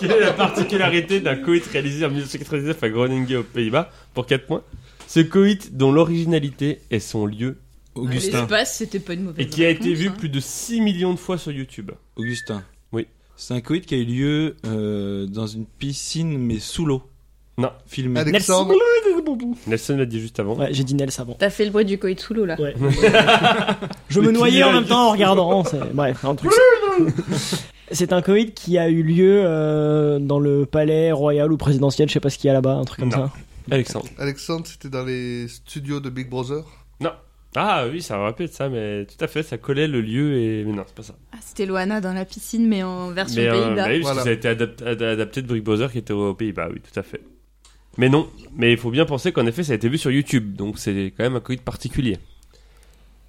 Speaker 2: Quelle est la particularité d'un coït réalisé en 1999 à Groningen aux Pays-Bas pour 4 points Ce coït dont l'originalité est son lieu
Speaker 7: Augustin.
Speaker 3: L'espace, c'était pas une mauvaise
Speaker 2: et qui a été
Speaker 3: rencontre,
Speaker 2: vu
Speaker 3: hein.
Speaker 2: plus de 6 millions de fois sur YouTube.
Speaker 7: Augustin.
Speaker 2: Oui.
Speaker 7: C'est un coït qui a eu lieu euh, dans une piscine, mais sous l'eau.
Speaker 2: Non.
Speaker 7: Filmé.
Speaker 4: Alexandre,
Speaker 2: Nelson l'a dit juste avant.
Speaker 1: Ouais, j'ai dit Nels avant.
Speaker 3: T'as fait le bruit du coït sous l'eau là.
Speaker 1: Ouais. Je me
Speaker 2: Mais qui
Speaker 1: noyais en
Speaker 2: l'a
Speaker 1: même
Speaker 2: dit
Speaker 1: temps en regardant. c'est- Bref, un truc. C'est un Covid qui a eu lieu euh, dans le palais royal ou présidentiel, je sais pas ce qu'il y a là-bas, un truc comme
Speaker 2: Non.
Speaker 1: ça.
Speaker 2: Alexandre.
Speaker 4: Alexandre, c'était dans les studios de Big Brother.
Speaker 2: Ah oui, ça me rappelle de ça, mais tout à fait, ça collait le lieu et. Mais non, c'est pas ça.
Speaker 3: Ah, c'était Loana dans la piscine, mais en version
Speaker 2: mais euh, bah oui,
Speaker 3: Pays-Bas.
Speaker 2: parce que
Speaker 4: Voilà.
Speaker 2: ça a été adap- ad- adapté de Brick Brother qui était aux Pays-Bas, oui, tout à fait. Mais non, mais il faut bien penser qu'en effet, ça a été vu sur YouTube, donc c'est quand même un Covid particulier.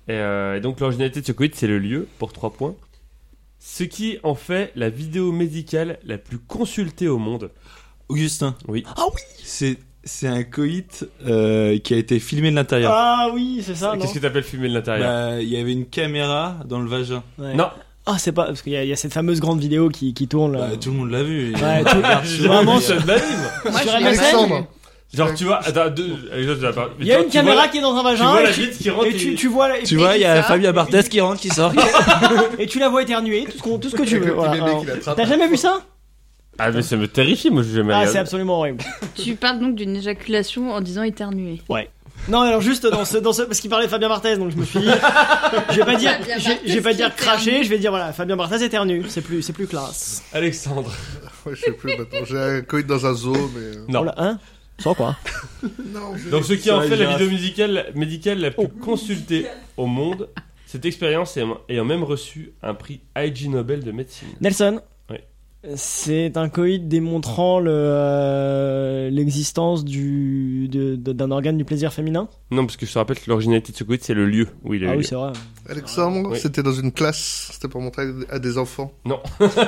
Speaker 2: Et, euh, et donc l'originalité de ce Covid, c'est le lieu, pour 3 points. Ce qui en fait la vidéo médicale la plus consultée au monde.
Speaker 7: Augustin.
Speaker 2: Oui.
Speaker 7: Ah oui C'est c'est un coït euh, qui a été filmé de l'intérieur.
Speaker 1: Ah oui, c'est ça, non
Speaker 2: Qu'est-ce que t'appelles fumer de
Speaker 7: Bah, Il
Speaker 2: l'intérieur
Speaker 7: y avait une caméra dans le vagin.
Speaker 1: Ouais.
Speaker 2: Non,
Speaker 1: Ah, c'est pas, parce qu'il y, a- il y a cette fameuse grande vidéo qui, qui tourne là.
Speaker 7: Bah, tout le monde l'a euh, vu.
Speaker 1: Ah. Ouais, tout-
Speaker 2: J'ai
Speaker 1: vraiment,
Speaker 2: jamais vu ça de ma vie, moi.
Speaker 3: Moi,
Speaker 1: Ah, Sur
Speaker 3: je l'ai
Speaker 1: Alexandre.
Speaker 3: fait.
Speaker 4: Alexandre,
Speaker 2: Genre tu vois, attends, deux- Alexandre, tu l'as pas-
Speaker 1: Il y a
Speaker 2: tu
Speaker 1: une
Speaker 2: vois-
Speaker 1: caméra qui est dans un
Speaker 2: Tu
Speaker 1: vagin
Speaker 2: vois la
Speaker 1: et, tu,
Speaker 2: vitre qui rentre.
Speaker 1: et tu-
Speaker 2: et-
Speaker 1: tu vois la-
Speaker 7: Tu vois, il y
Speaker 3: Et
Speaker 7: a
Speaker 3: ça
Speaker 7: Fabien Barthez qui rentre, qui sort.
Speaker 1: et tu la vois éternuer, tout ce, qu'on- tout ce que tu
Speaker 4: avec
Speaker 1: veux.
Speaker 4: le petit
Speaker 1: voilà.
Speaker 4: bébé
Speaker 1: Alors,
Speaker 4: qui l'attrape.
Speaker 1: T'as jamais vu ça
Speaker 2: Ah mais ça me terrifie, moi j'ai jamais
Speaker 1: Ah, c'est
Speaker 2: regardé.
Speaker 1: absolument horrible.
Speaker 3: Tu parles donc d'une éjaculation en disant éternuer.
Speaker 1: Non, alors juste dans ce, dans ce parce qu'il parlait de Fabien Barthez, donc je me suis dit, je vais pas dire,
Speaker 3: Fabien
Speaker 1: je, je vais pas dire
Speaker 3: Barthez qui éternue.
Speaker 1: cracher, je vais dire voilà, Fabien Barthez éternue, c'est plus, c'est plus classe.
Speaker 2: Alexandre.
Speaker 4: Ouais, je sais plus maintenant. J'ai un Covid dans un zoo, mais. euh,
Speaker 2: Non.
Speaker 1: Oh là, hein Sans quoi
Speaker 4: Non, je-
Speaker 2: Donc ce qui
Speaker 7: Sur
Speaker 2: en
Speaker 7: la
Speaker 2: fait la
Speaker 7: girafe.
Speaker 2: vidéo musicale, médicale la plus
Speaker 4: Oh.
Speaker 2: consultée au monde, cette expérience ayant- ayant même reçu un prix IG Nobel de médecine.
Speaker 1: Nelson.
Speaker 2: Oui.
Speaker 1: C'est un coït démontrant le, euh, l'existence du, de- de- d'un organe du plaisir féminin.
Speaker 2: Non, parce que je te rappelle que l'originalité de ce Covid, c'est le lieu où il est.
Speaker 1: Ah oui, c'est vrai.
Speaker 4: Alexandre,
Speaker 2: Oui.
Speaker 4: c'était dans une classe. C'était pour montrer à des enfants.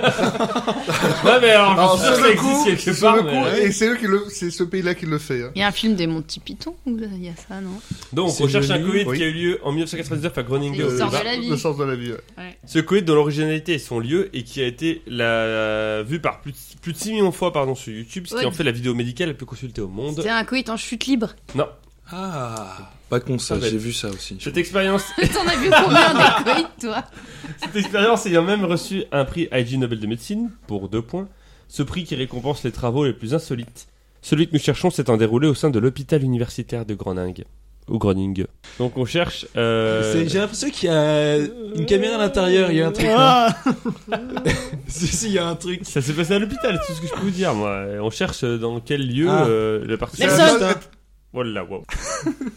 Speaker 2: Ouais, mais alors,
Speaker 4: Alors,
Speaker 2: je suis sûr que Ah, ça
Speaker 4: sur le coup,
Speaker 2: existe quelque
Speaker 4: sur
Speaker 2: part.
Speaker 4: le
Speaker 2: mais-
Speaker 4: coup, et c'est eux qui le, c'est ce pays-là qui le fait. hein.
Speaker 3: Il y a un film des Monty Python où il y a ça, non
Speaker 2: Donc
Speaker 7: C'est
Speaker 2: on cherche
Speaker 7: joli,
Speaker 2: un Covid
Speaker 4: oui.
Speaker 2: qui a eu lieu en 1999 à Groningen.
Speaker 3: Et
Speaker 2: aux
Speaker 3: il sort de
Speaker 2: Pays-Bas.
Speaker 3: la vie.
Speaker 4: Euh, Le sens de la vie. ouais.
Speaker 2: Ce Covid dont l'originalité est son lieu et qui a été la... euh, vu par plus de, plus de 6 millions de fois pardon, sur YouTube, ce qui
Speaker 3: Ouais.
Speaker 2: en fait la vidéo médicale la plus consultée au monde.
Speaker 3: C'était un coït en chute libre.
Speaker 7: Ah Pas con ça,
Speaker 2: Ah, bah.
Speaker 7: j'ai vu ça aussi.
Speaker 2: Cette expérience
Speaker 3: T'en as vu combien des coïts, toi
Speaker 2: Cette expérience ayant même reçu un prix IG Nobel de médecine pour deux points, ce prix qui récompense les travaux les plus insolites. Celui que nous cherchons s'étant déroulé au sein de l'hôpital universitaire de Groningue. Ou Groningue. Donc on cherche. euh,
Speaker 7: C'est- J'ai l'impression qu'il y a une caméra à l'intérieur, il y a un truc. là.
Speaker 1: Ah
Speaker 7: si, si, il y a un truc.
Speaker 2: Ça s'est passé à l'hôpital, c'est tout ce que je peux vous dire, moi. Et On cherche euh, dans quel lieu
Speaker 7: Ah.
Speaker 2: euh, le parti.
Speaker 4: C'est la
Speaker 1: Nelson
Speaker 4: bonne-
Speaker 2: Voilà, wow.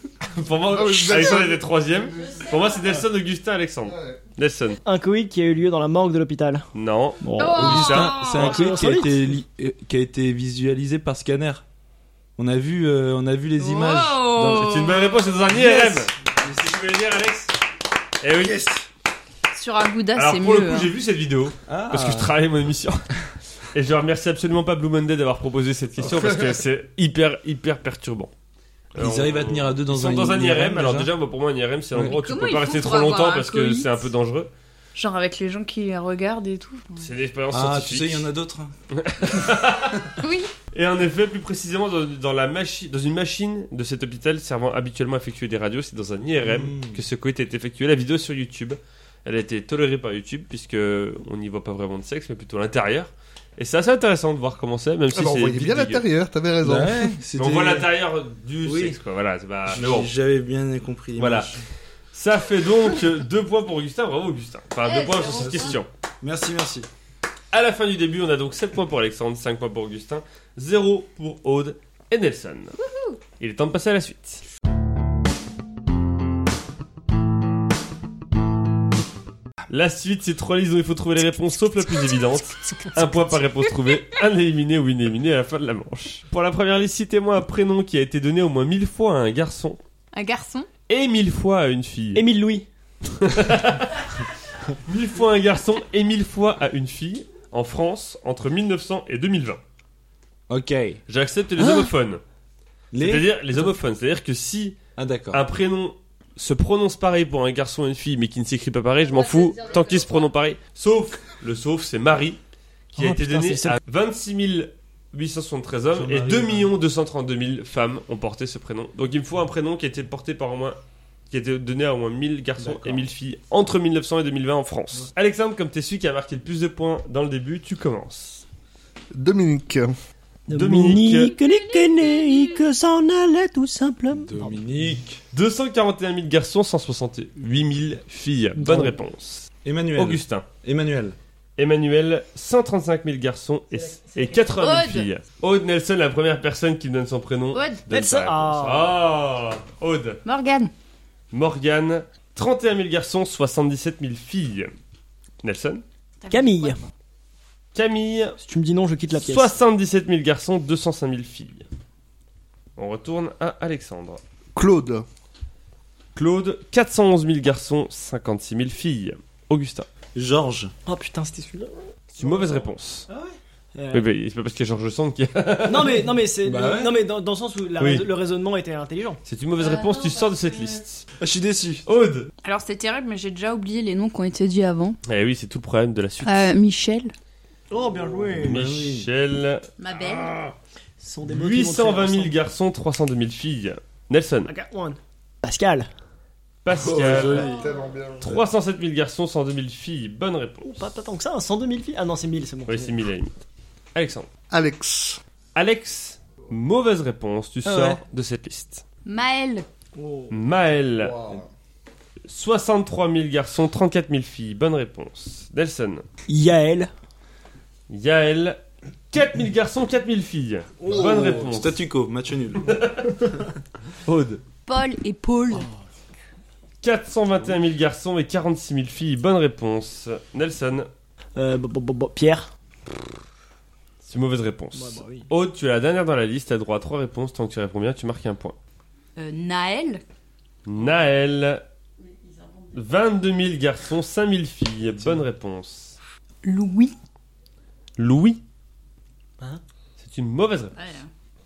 Speaker 2: Pour moi,
Speaker 4: Ah oui, je-
Speaker 2: Alexandre était troisième. Pour moi, c'est Nelson, Augustin, Alexandre. Nelson.
Speaker 1: un coït qui a eu lieu dans la morgue de l'hôpital. Oh.
Speaker 2: Non.
Speaker 1: Bon.
Speaker 2: Oh,
Speaker 3: Oh
Speaker 7: Augustin, c'est un
Speaker 1: c'est
Speaker 7: coït qui, a
Speaker 1: insolite.
Speaker 7: été li- euh, qui a été visualisé par scanner. On a vu, euh, on a vu les images. dans-
Speaker 2: C'est une bonne réponse, c'est dans un IRM. C'est ce que je voulais dire, Alex. Eh oui.
Speaker 3: Sur un gouda,
Speaker 2: Alors
Speaker 3: Ah, c'est
Speaker 2: pour le
Speaker 3: mieux. hein.
Speaker 2: coup, j'ai vu cette vidéo
Speaker 7: Ah.
Speaker 2: parce que je travaillais mon émission. Et je remercie absolument pas Blue Monday d'avoir proposé cette question parce que c'est hyper hyper perturbant. Alors,
Speaker 7: Ils arrivent à tenir à deux dans
Speaker 2: Ils sont
Speaker 7: un
Speaker 2: dans un IRM. Alors
Speaker 7: déjà.
Speaker 2: déjà, moi, pour moi, un IRM, c'est
Speaker 7: Ouais.
Speaker 2: l'endroit où tu
Speaker 3: Comment
Speaker 2: peux
Speaker 3: ils
Speaker 2: pas
Speaker 3: font
Speaker 2: rester
Speaker 3: pour
Speaker 2: trop
Speaker 3: avoir
Speaker 2: longtemps
Speaker 3: un
Speaker 2: parce que
Speaker 3: coït
Speaker 2: c'est un peu dangereux.
Speaker 3: Genre avec les gens qui la regardent et tout.
Speaker 2: C'est l'expérience
Speaker 7: Ah, tu
Speaker 2: scientifique.
Speaker 7: sais, il y en a d'autres.
Speaker 3: Oui.
Speaker 2: Et en effet, plus précisément, dans, dans la machi- dans une machine de cet hôpital servant habituellement à effectuer des radios, c'est dans un IRM
Speaker 4: Mmh.
Speaker 7: Mm.
Speaker 2: que ce coït est effectué. La vidéo est sur YouTube, elle a été tolérée par YouTube, puisque on n'y voit pas vraiment de sexe, mais plutôt l'intérieur. Et c'est assez intéressant de voir comment c'est, même
Speaker 4: Ah
Speaker 2: si
Speaker 4: bah, on
Speaker 2: c'est.
Speaker 4: voyait bien
Speaker 2: vite dégueu.
Speaker 4: l'intérieur, t'avais raison.
Speaker 7: Ouais,
Speaker 2: Bah Mais
Speaker 7: c'était-
Speaker 2: on voit l'intérieur du
Speaker 7: Oui.
Speaker 2: sexe, quoi. Voilà, c'est pas-
Speaker 7: J-
Speaker 2: Mais bon.
Speaker 7: J'avais bien compris.
Speaker 2: Voilà.
Speaker 7: l'image.
Speaker 2: Ça fait donc euh, deux points pour Augustin, bravo Augustin. Enfin,
Speaker 3: Eh,
Speaker 2: deux points
Speaker 3: c'est
Speaker 2: sur cette
Speaker 3: bon.
Speaker 2: question.
Speaker 7: Merci, merci.
Speaker 2: À la fin du début, on a donc 7 points pour Alexandre, 5 points pour Augustin, 0 pour Aude et Nelson. Il est temps de passer à la suite. La suite, c'est trois listes dont il faut trouver les réponses sauf la plus évidente. Un point par réponse trouvée, un éliminé ou une éliminée à la fin de la manche. Pour la première liste, citez-moi un prénom qui a été donné au moins 1000 fois à un garçon
Speaker 3: Un garçon
Speaker 2: et 1000 fois à une fille.
Speaker 1: Émile Louis.
Speaker 2: Mille fois un garçon et mille fois à une fille en France entre 1900 et 2020.
Speaker 7: Ok. Les.
Speaker 2: J'accepte les homophones.
Speaker 1: Ah,
Speaker 2: C'est-à-dire les homophones. C'est-à-dire que si
Speaker 7: Ah, d'accord.
Speaker 2: un prénom se prononce pareil pour un garçon et une fille mais qui ne s'écrit pas pareil, je m'en fous tant qu'il se prononce pareil. Sauf, le sauf c'est Marie qui a
Speaker 1: Oh,
Speaker 2: été
Speaker 1: putain,
Speaker 2: donnée
Speaker 1: c'est ça.
Speaker 2: à 26 873 hommes et
Speaker 7: Jean-Marie,
Speaker 2: 2 232 000 femmes ont porté ce prénom. Donc il me faut un prénom qui a été porté par au moins qui a été donné à au moins 1000 garçons
Speaker 7: D'accord.
Speaker 2: et 1000 filles entre 1900 et 2020 en France. Alexandre, comme t'es celui qui a marqué le plus de points dans le début, tu commences.
Speaker 4: Dominique.
Speaker 2: Dominique.
Speaker 1: Dominique Niquené, que s'en allait tout simplement.
Speaker 7: Dominique.
Speaker 2: 241 000 garçons, 168 000 filles. Bonne
Speaker 1: Bon.
Speaker 2: réponse.
Speaker 7: Emmanuel.
Speaker 2: Augustin.
Speaker 7: Emmanuel.
Speaker 2: Emmanuel, 135 000 garçons et, et 80 000
Speaker 3: Aude.
Speaker 2: filles. Aude Nelson, la première personne qui me donne son prénom.
Speaker 3: Aude.
Speaker 2: donne
Speaker 1: Nelson.
Speaker 2: sa réponse. Ah, Aude.
Speaker 3: Morgane.
Speaker 2: Morgane, 31 000 garçons, 77 000 filles. Nelson.
Speaker 1: Camille.
Speaker 2: Camille,
Speaker 1: Si tu me dis non, je quitte la pièce.
Speaker 2: 77 000 garçons, 205 000 filles. On retourne à Alexandre.
Speaker 4: Claude.
Speaker 2: Claude, 411 000 garçons, 56 000 filles. Augustin.
Speaker 7: Georges.
Speaker 1: Oh putain, c'était celui-là.
Speaker 2: C'est une mauvaise réponse.
Speaker 1: Euh,
Speaker 2: Oui, mais c'est pas parce qu'il y a Georges Sand qui a-
Speaker 1: non mais non mais c'est
Speaker 7: Bah ouais.
Speaker 1: non mais dans, dans le sens où la
Speaker 2: Oui.
Speaker 1: rais- le raisonnement était intelligent.
Speaker 2: C'est une mauvaise
Speaker 3: Ah
Speaker 2: réponse,
Speaker 3: non,
Speaker 2: tu sors de
Speaker 3: parce
Speaker 2: cette
Speaker 3: que-
Speaker 2: liste.
Speaker 7: Ah, je suis déçu.
Speaker 2: Aude
Speaker 3: Alors c'est terrible, mais j'ai déjà oublié les noms qui ont été dits avant.
Speaker 2: Eh oui, c'est tout le problème de la suite.
Speaker 7: Ah
Speaker 3: Euh, Michel.
Speaker 1: Oh bien joué.
Speaker 7: bah oui.
Speaker 2: Michel,
Speaker 3: Ma belle.
Speaker 1: Ce sont des mots qui vont te faire
Speaker 2: 820 000
Speaker 1: ensemble. Oh,
Speaker 2: garçons, 302 000 filles. Nelson,
Speaker 1: I got one. Ah, Pascal.
Speaker 2: Pascal,
Speaker 4: Tellement bien.
Speaker 2: 307 000 garçons, 102 000 filles. Bonne réponse.
Speaker 1: Oh, pas, pas tant que ça, hein, 102 000 filles. Ah non, c'est 1000, c'est bon.
Speaker 2: Oui, c'est mille à la limite. Alexandre.
Speaker 4: Alex.
Speaker 2: Alex, mauvaise réponse, tu
Speaker 7: Ah
Speaker 2: sors
Speaker 7: ouais.
Speaker 2: de cette liste.
Speaker 3: Maël.
Speaker 1: Oh.
Speaker 2: Maël, 63 000 garçons, 34 000 filles. Bonne réponse. Nelson.
Speaker 1: Yael.
Speaker 2: Yael, 4000 garçons, 4000 filles.
Speaker 1: Oh,
Speaker 2: Bonne réponse.
Speaker 7: Oh. Statu quo, match nul.
Speaker 2: Aude.
Speaker 3: Paul et Paul.
Speaker 2: Oh. 421 000 garçons et 46 000 filles. Bonne réponse. Nelson,
Speaker 1: Euh, bo- bo- bo- bo- Pierre.
Speaker 2: c'est une mauvaise réponse.
Speaker 3: bah
Speaker 2: Aude, tu es la dernière dans la liste, t'as droit à 3 réponses. Tant que tu réponds bien, tu marques un point.
Speaker 3: Euh, Naël.
Speaker 2: Naël, 22 000 garçons, 5 000 filles. Bonne réponse.
Speaker 3: Louis.
Speaker 2: Louis,
Speaker 1: Hein
Speaker 2: c'est une mauvaise réponse.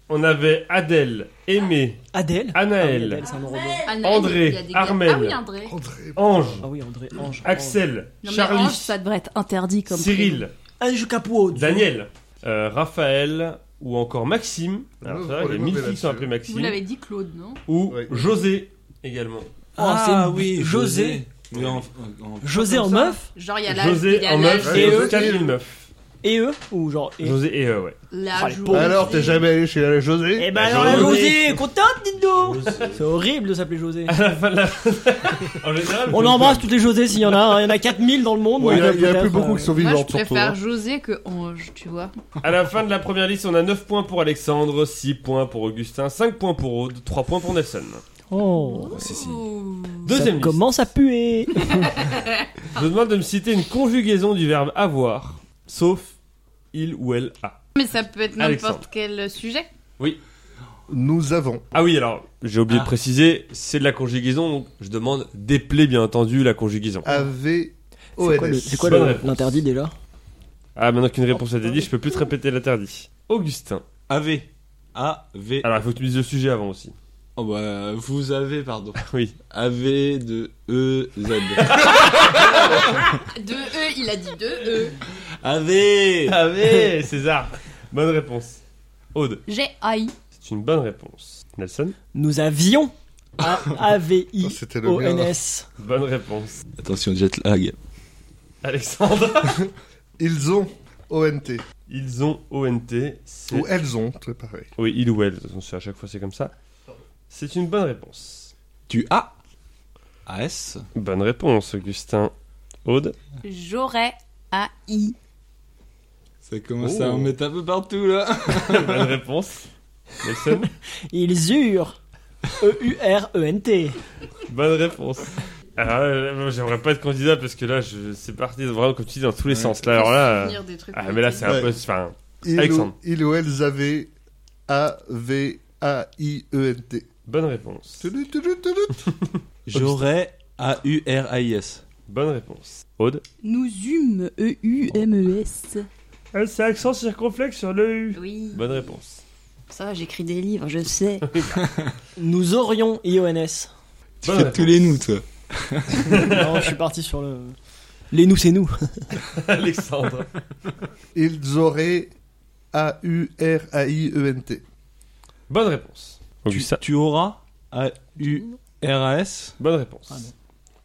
Speaker 2: On avait Adèle, Aimé,
Speaker 1: Adèle. Ah oui,
Speaker 2: Anaël,
Speaker 1: Adèle, ça nous revient.
Speaker 3: Ah, Naël,
Speaker 2: André,
Speaker 3: il y a des gars-
Speaker 2: Armel.
Speaker 3: Ah oui, André.
Speaker 2: Ange,
Speaker 1: Ah oui, André, Ange.
Speaker 2: Axel,
Speaker 3: Non, mais
Speaker 2: Charlie,
Speaker 3: Ange, ça devrait être interdit comme
Speaker 2: Cyril.
Speaker 1: Ange Capot.
Speaker 2: Daniel, euh, Raphaël ou encore Maxime. Alors,
Speaker 4: Ouais,
Speaker 2: c'est vrai,
Speaker 4: on
Speaker 2: il y a
Speaker 4: est
Speaker 2: mille
Speaker 4: Oh, mauvais
Speaker 2: filles qui sont
Speaker 4: là-dessus.
Speaker 2: appelées
Speaker 3: prénom. Vous
Speaker 2: Maxime.
Speaker 3: l'avez dit Claude, non
Speaker 2: Ou
Speaker 4: Ouais.
Speaker 2: José également.
Speaker 1: Ah, c'est
Speaker 7: oui,
Speaker 1: José.
Speaker 7: Mais en- en-
Speaker 1: José en
Speaker 3: Comme ça.
Speaker 1: meuf
Speaker 3: Genre il y a la il
Speaker 2: José
Speaker 3: y a
Speaker 2: en
Speaker 3: la- E
Speaker 2: meuf
Speaker 1: et
Speaker 2: et
Speaker 1: eux.
Speaker 2: 4000 meufs.
Speaker 1: et eux ou genre et...
Speaker 2: José et eux, ouais.
Speaker 3: la
Speaker 1: Oh, les
Speaker 3: joue-
Speaker 1: pauvres.
Speaker 4: Alors, t'es jamais allé chez la José
Speaker 1: Eh ben alors la
Speaker 2: José.
Speaker 1: José, contente dites donc. C'est horrible de s'appeler José.
Speaker 2: À la fin de la- en général,
Speaker 1: On embrasse toutes les José s'il y en a. hein. Il y en a 4000 dans le monde.
Speaker 4: Bon, Il y a-
Speaker 1: donc,
Speaker 4: il y a plus
Speaker 1: peut-être,
Speaker 4: beaucoup
Speaker 1: euh,
Speaker 4: qui sont
Speaker 3: Moi, je
Speaker 4: vivantes, surtout.
Speaker 3: préfère
Speaker 4: hein.
Speaker 3: José que Ange, tu vois.
Speaker 2: à la fin de la première liste, on a 9 points pour Alexandre, 6 points pour Augustin, 5 points pour Aude, 3 points pour Nelson.
Speaker 1: Oh.
Speaker 7: si, si.
Speaker 3: Ouh.
Speaker 2: Deuxième
Speaker 1: ça
Speaker 2: liste.
Speaker 1: commence à puer.
Speaker 2: Je vous demande de me citer une conjugaison du verbe avoir, sauf il ou elle a.
Speaker 3: Mais ça peut être
Speaker 2: Alexandre.
Speaker 3: n'importe quel sujet.
Speaker 4: Nous avons.
Speaker 2: Ah oui, alors, j'ai oublié
Speaker 7: Ah.
Speaker 2: de préciser, c'est de la conjugaison, donc je demande déplaît bien entendu la conjugaison.
Speaker 4: Ah. AV.
Speaker 1: C'est quoi le- c'est quoi
Speaker 2: Bonne
Speaker 1: le-
Speaker 2: réponse.
Speaker 1: l'interdit déjà
Speaker 2: Ah, maintenant qu'une réponse a été dite, je peux plus te répéter l'interdit. Augustin.
Speaker 7: AV. AV.
Speaker 2: Alors, il faut que tu me dises le sujet avant aussi.
Speaker 8: Oh Ah bah, vous avez, pardon.
Speaker 2: Oui.
Speaker 8: AV de E Z.
Speaker 3: De E, il a dit de E.
Speaker 8: AV
Speaker 2: Ah ouais, César. Bonne réponse. Aude,
Speaker 3: J'ai haï.
Speaker 2: c'est une bonne réponse. Nelson,
Speaker 1: Nous avions
Speaker 4: Oh,
Speaker 1: A-A-V-I-O-N-S.
Speaker 4: C'était le mien. là.
Speaker 2: bonne réponse.
Speaker 8: Attention, jet lag.
Speaker 2: Alexandre,
Speaker 4: Ils ont ONT.
Speaker 2: ils ont ONT. c'est-
Speaker 4: Ou elles ont, c'est pareil.
Speaker 2: Oui, il ou elle. de toute façon, c'est- À chaque fois, c'est comme ça. C'est une bonne réponse.
Speaker 8: Tu as AS
Speaker 2: Bonne réponse, Augustin. Aude,
Speaker 3: J'aurais haï.
Speaker 8: Ça commence
Speaker 2: Oh.
Speaker 8: à en mettre un peu partout là.
Speaker 2: bonne réponse. Nelson,
Speaker 1: Ils eurent. E, E-U-R-E-N-T.
Speaker 2: bonne réponse. Alors, euh, moi, j'aimerais pas être candidat parce que là, je... c'est parti vraiment comme tu dis dans tous les
Speaker 8: Ouais.
Speaker 2: sens. Là, alors là, euh,
Speaker 3: des trucs
Speaker 2: ah, mais là, c'est un
Speaker 4: Ouais.
Speaker 2: peu. Enfin,
Speaker 4: Ils
Speaker 2: Alexandre.
Speaker 4: ou, ils ou elles avaient A-V-A-I-E-N-T.
Speaker 2: bonne réponse.
Speaker 4: Tudu, tudu, tudu.
Speaker 7: J'aurais A-U-R-A-I-S.
Speaker 2: Bonne réponse. Aude.
Speaker 3: Nous eûmes E E-U-M-E-S.
Speaker 2: C'est accent circonflexe sur le U.
Speaker 3: Oui.
Speaker 2: Bonne réponse.
Speaker 3: Ça, va, j'écris des livres, je sais.
Speaker 1: Nous aurions I-O-N-S.
Speaker 8: Tu
Speaker 2: Bonne
Speaker 8: fais
Speaker 2: réponse.
Speaker 8: tous les nous, toi.
Speaker 1: non, je suis parti sur le. Les nous, c'est nous.
Speaker 2: Alexandre.
Speaker 4: Ils auraient A-U-R-A-I-E-N-T.
Speaker 2: Bonne réponse.
Speaker 7: Tu,
Speaker 2: Augustin.
Speaker 7: tu auras A-U-R-A-S.
Speaker 2: Bonne réponse.
Speaker 1: Ah,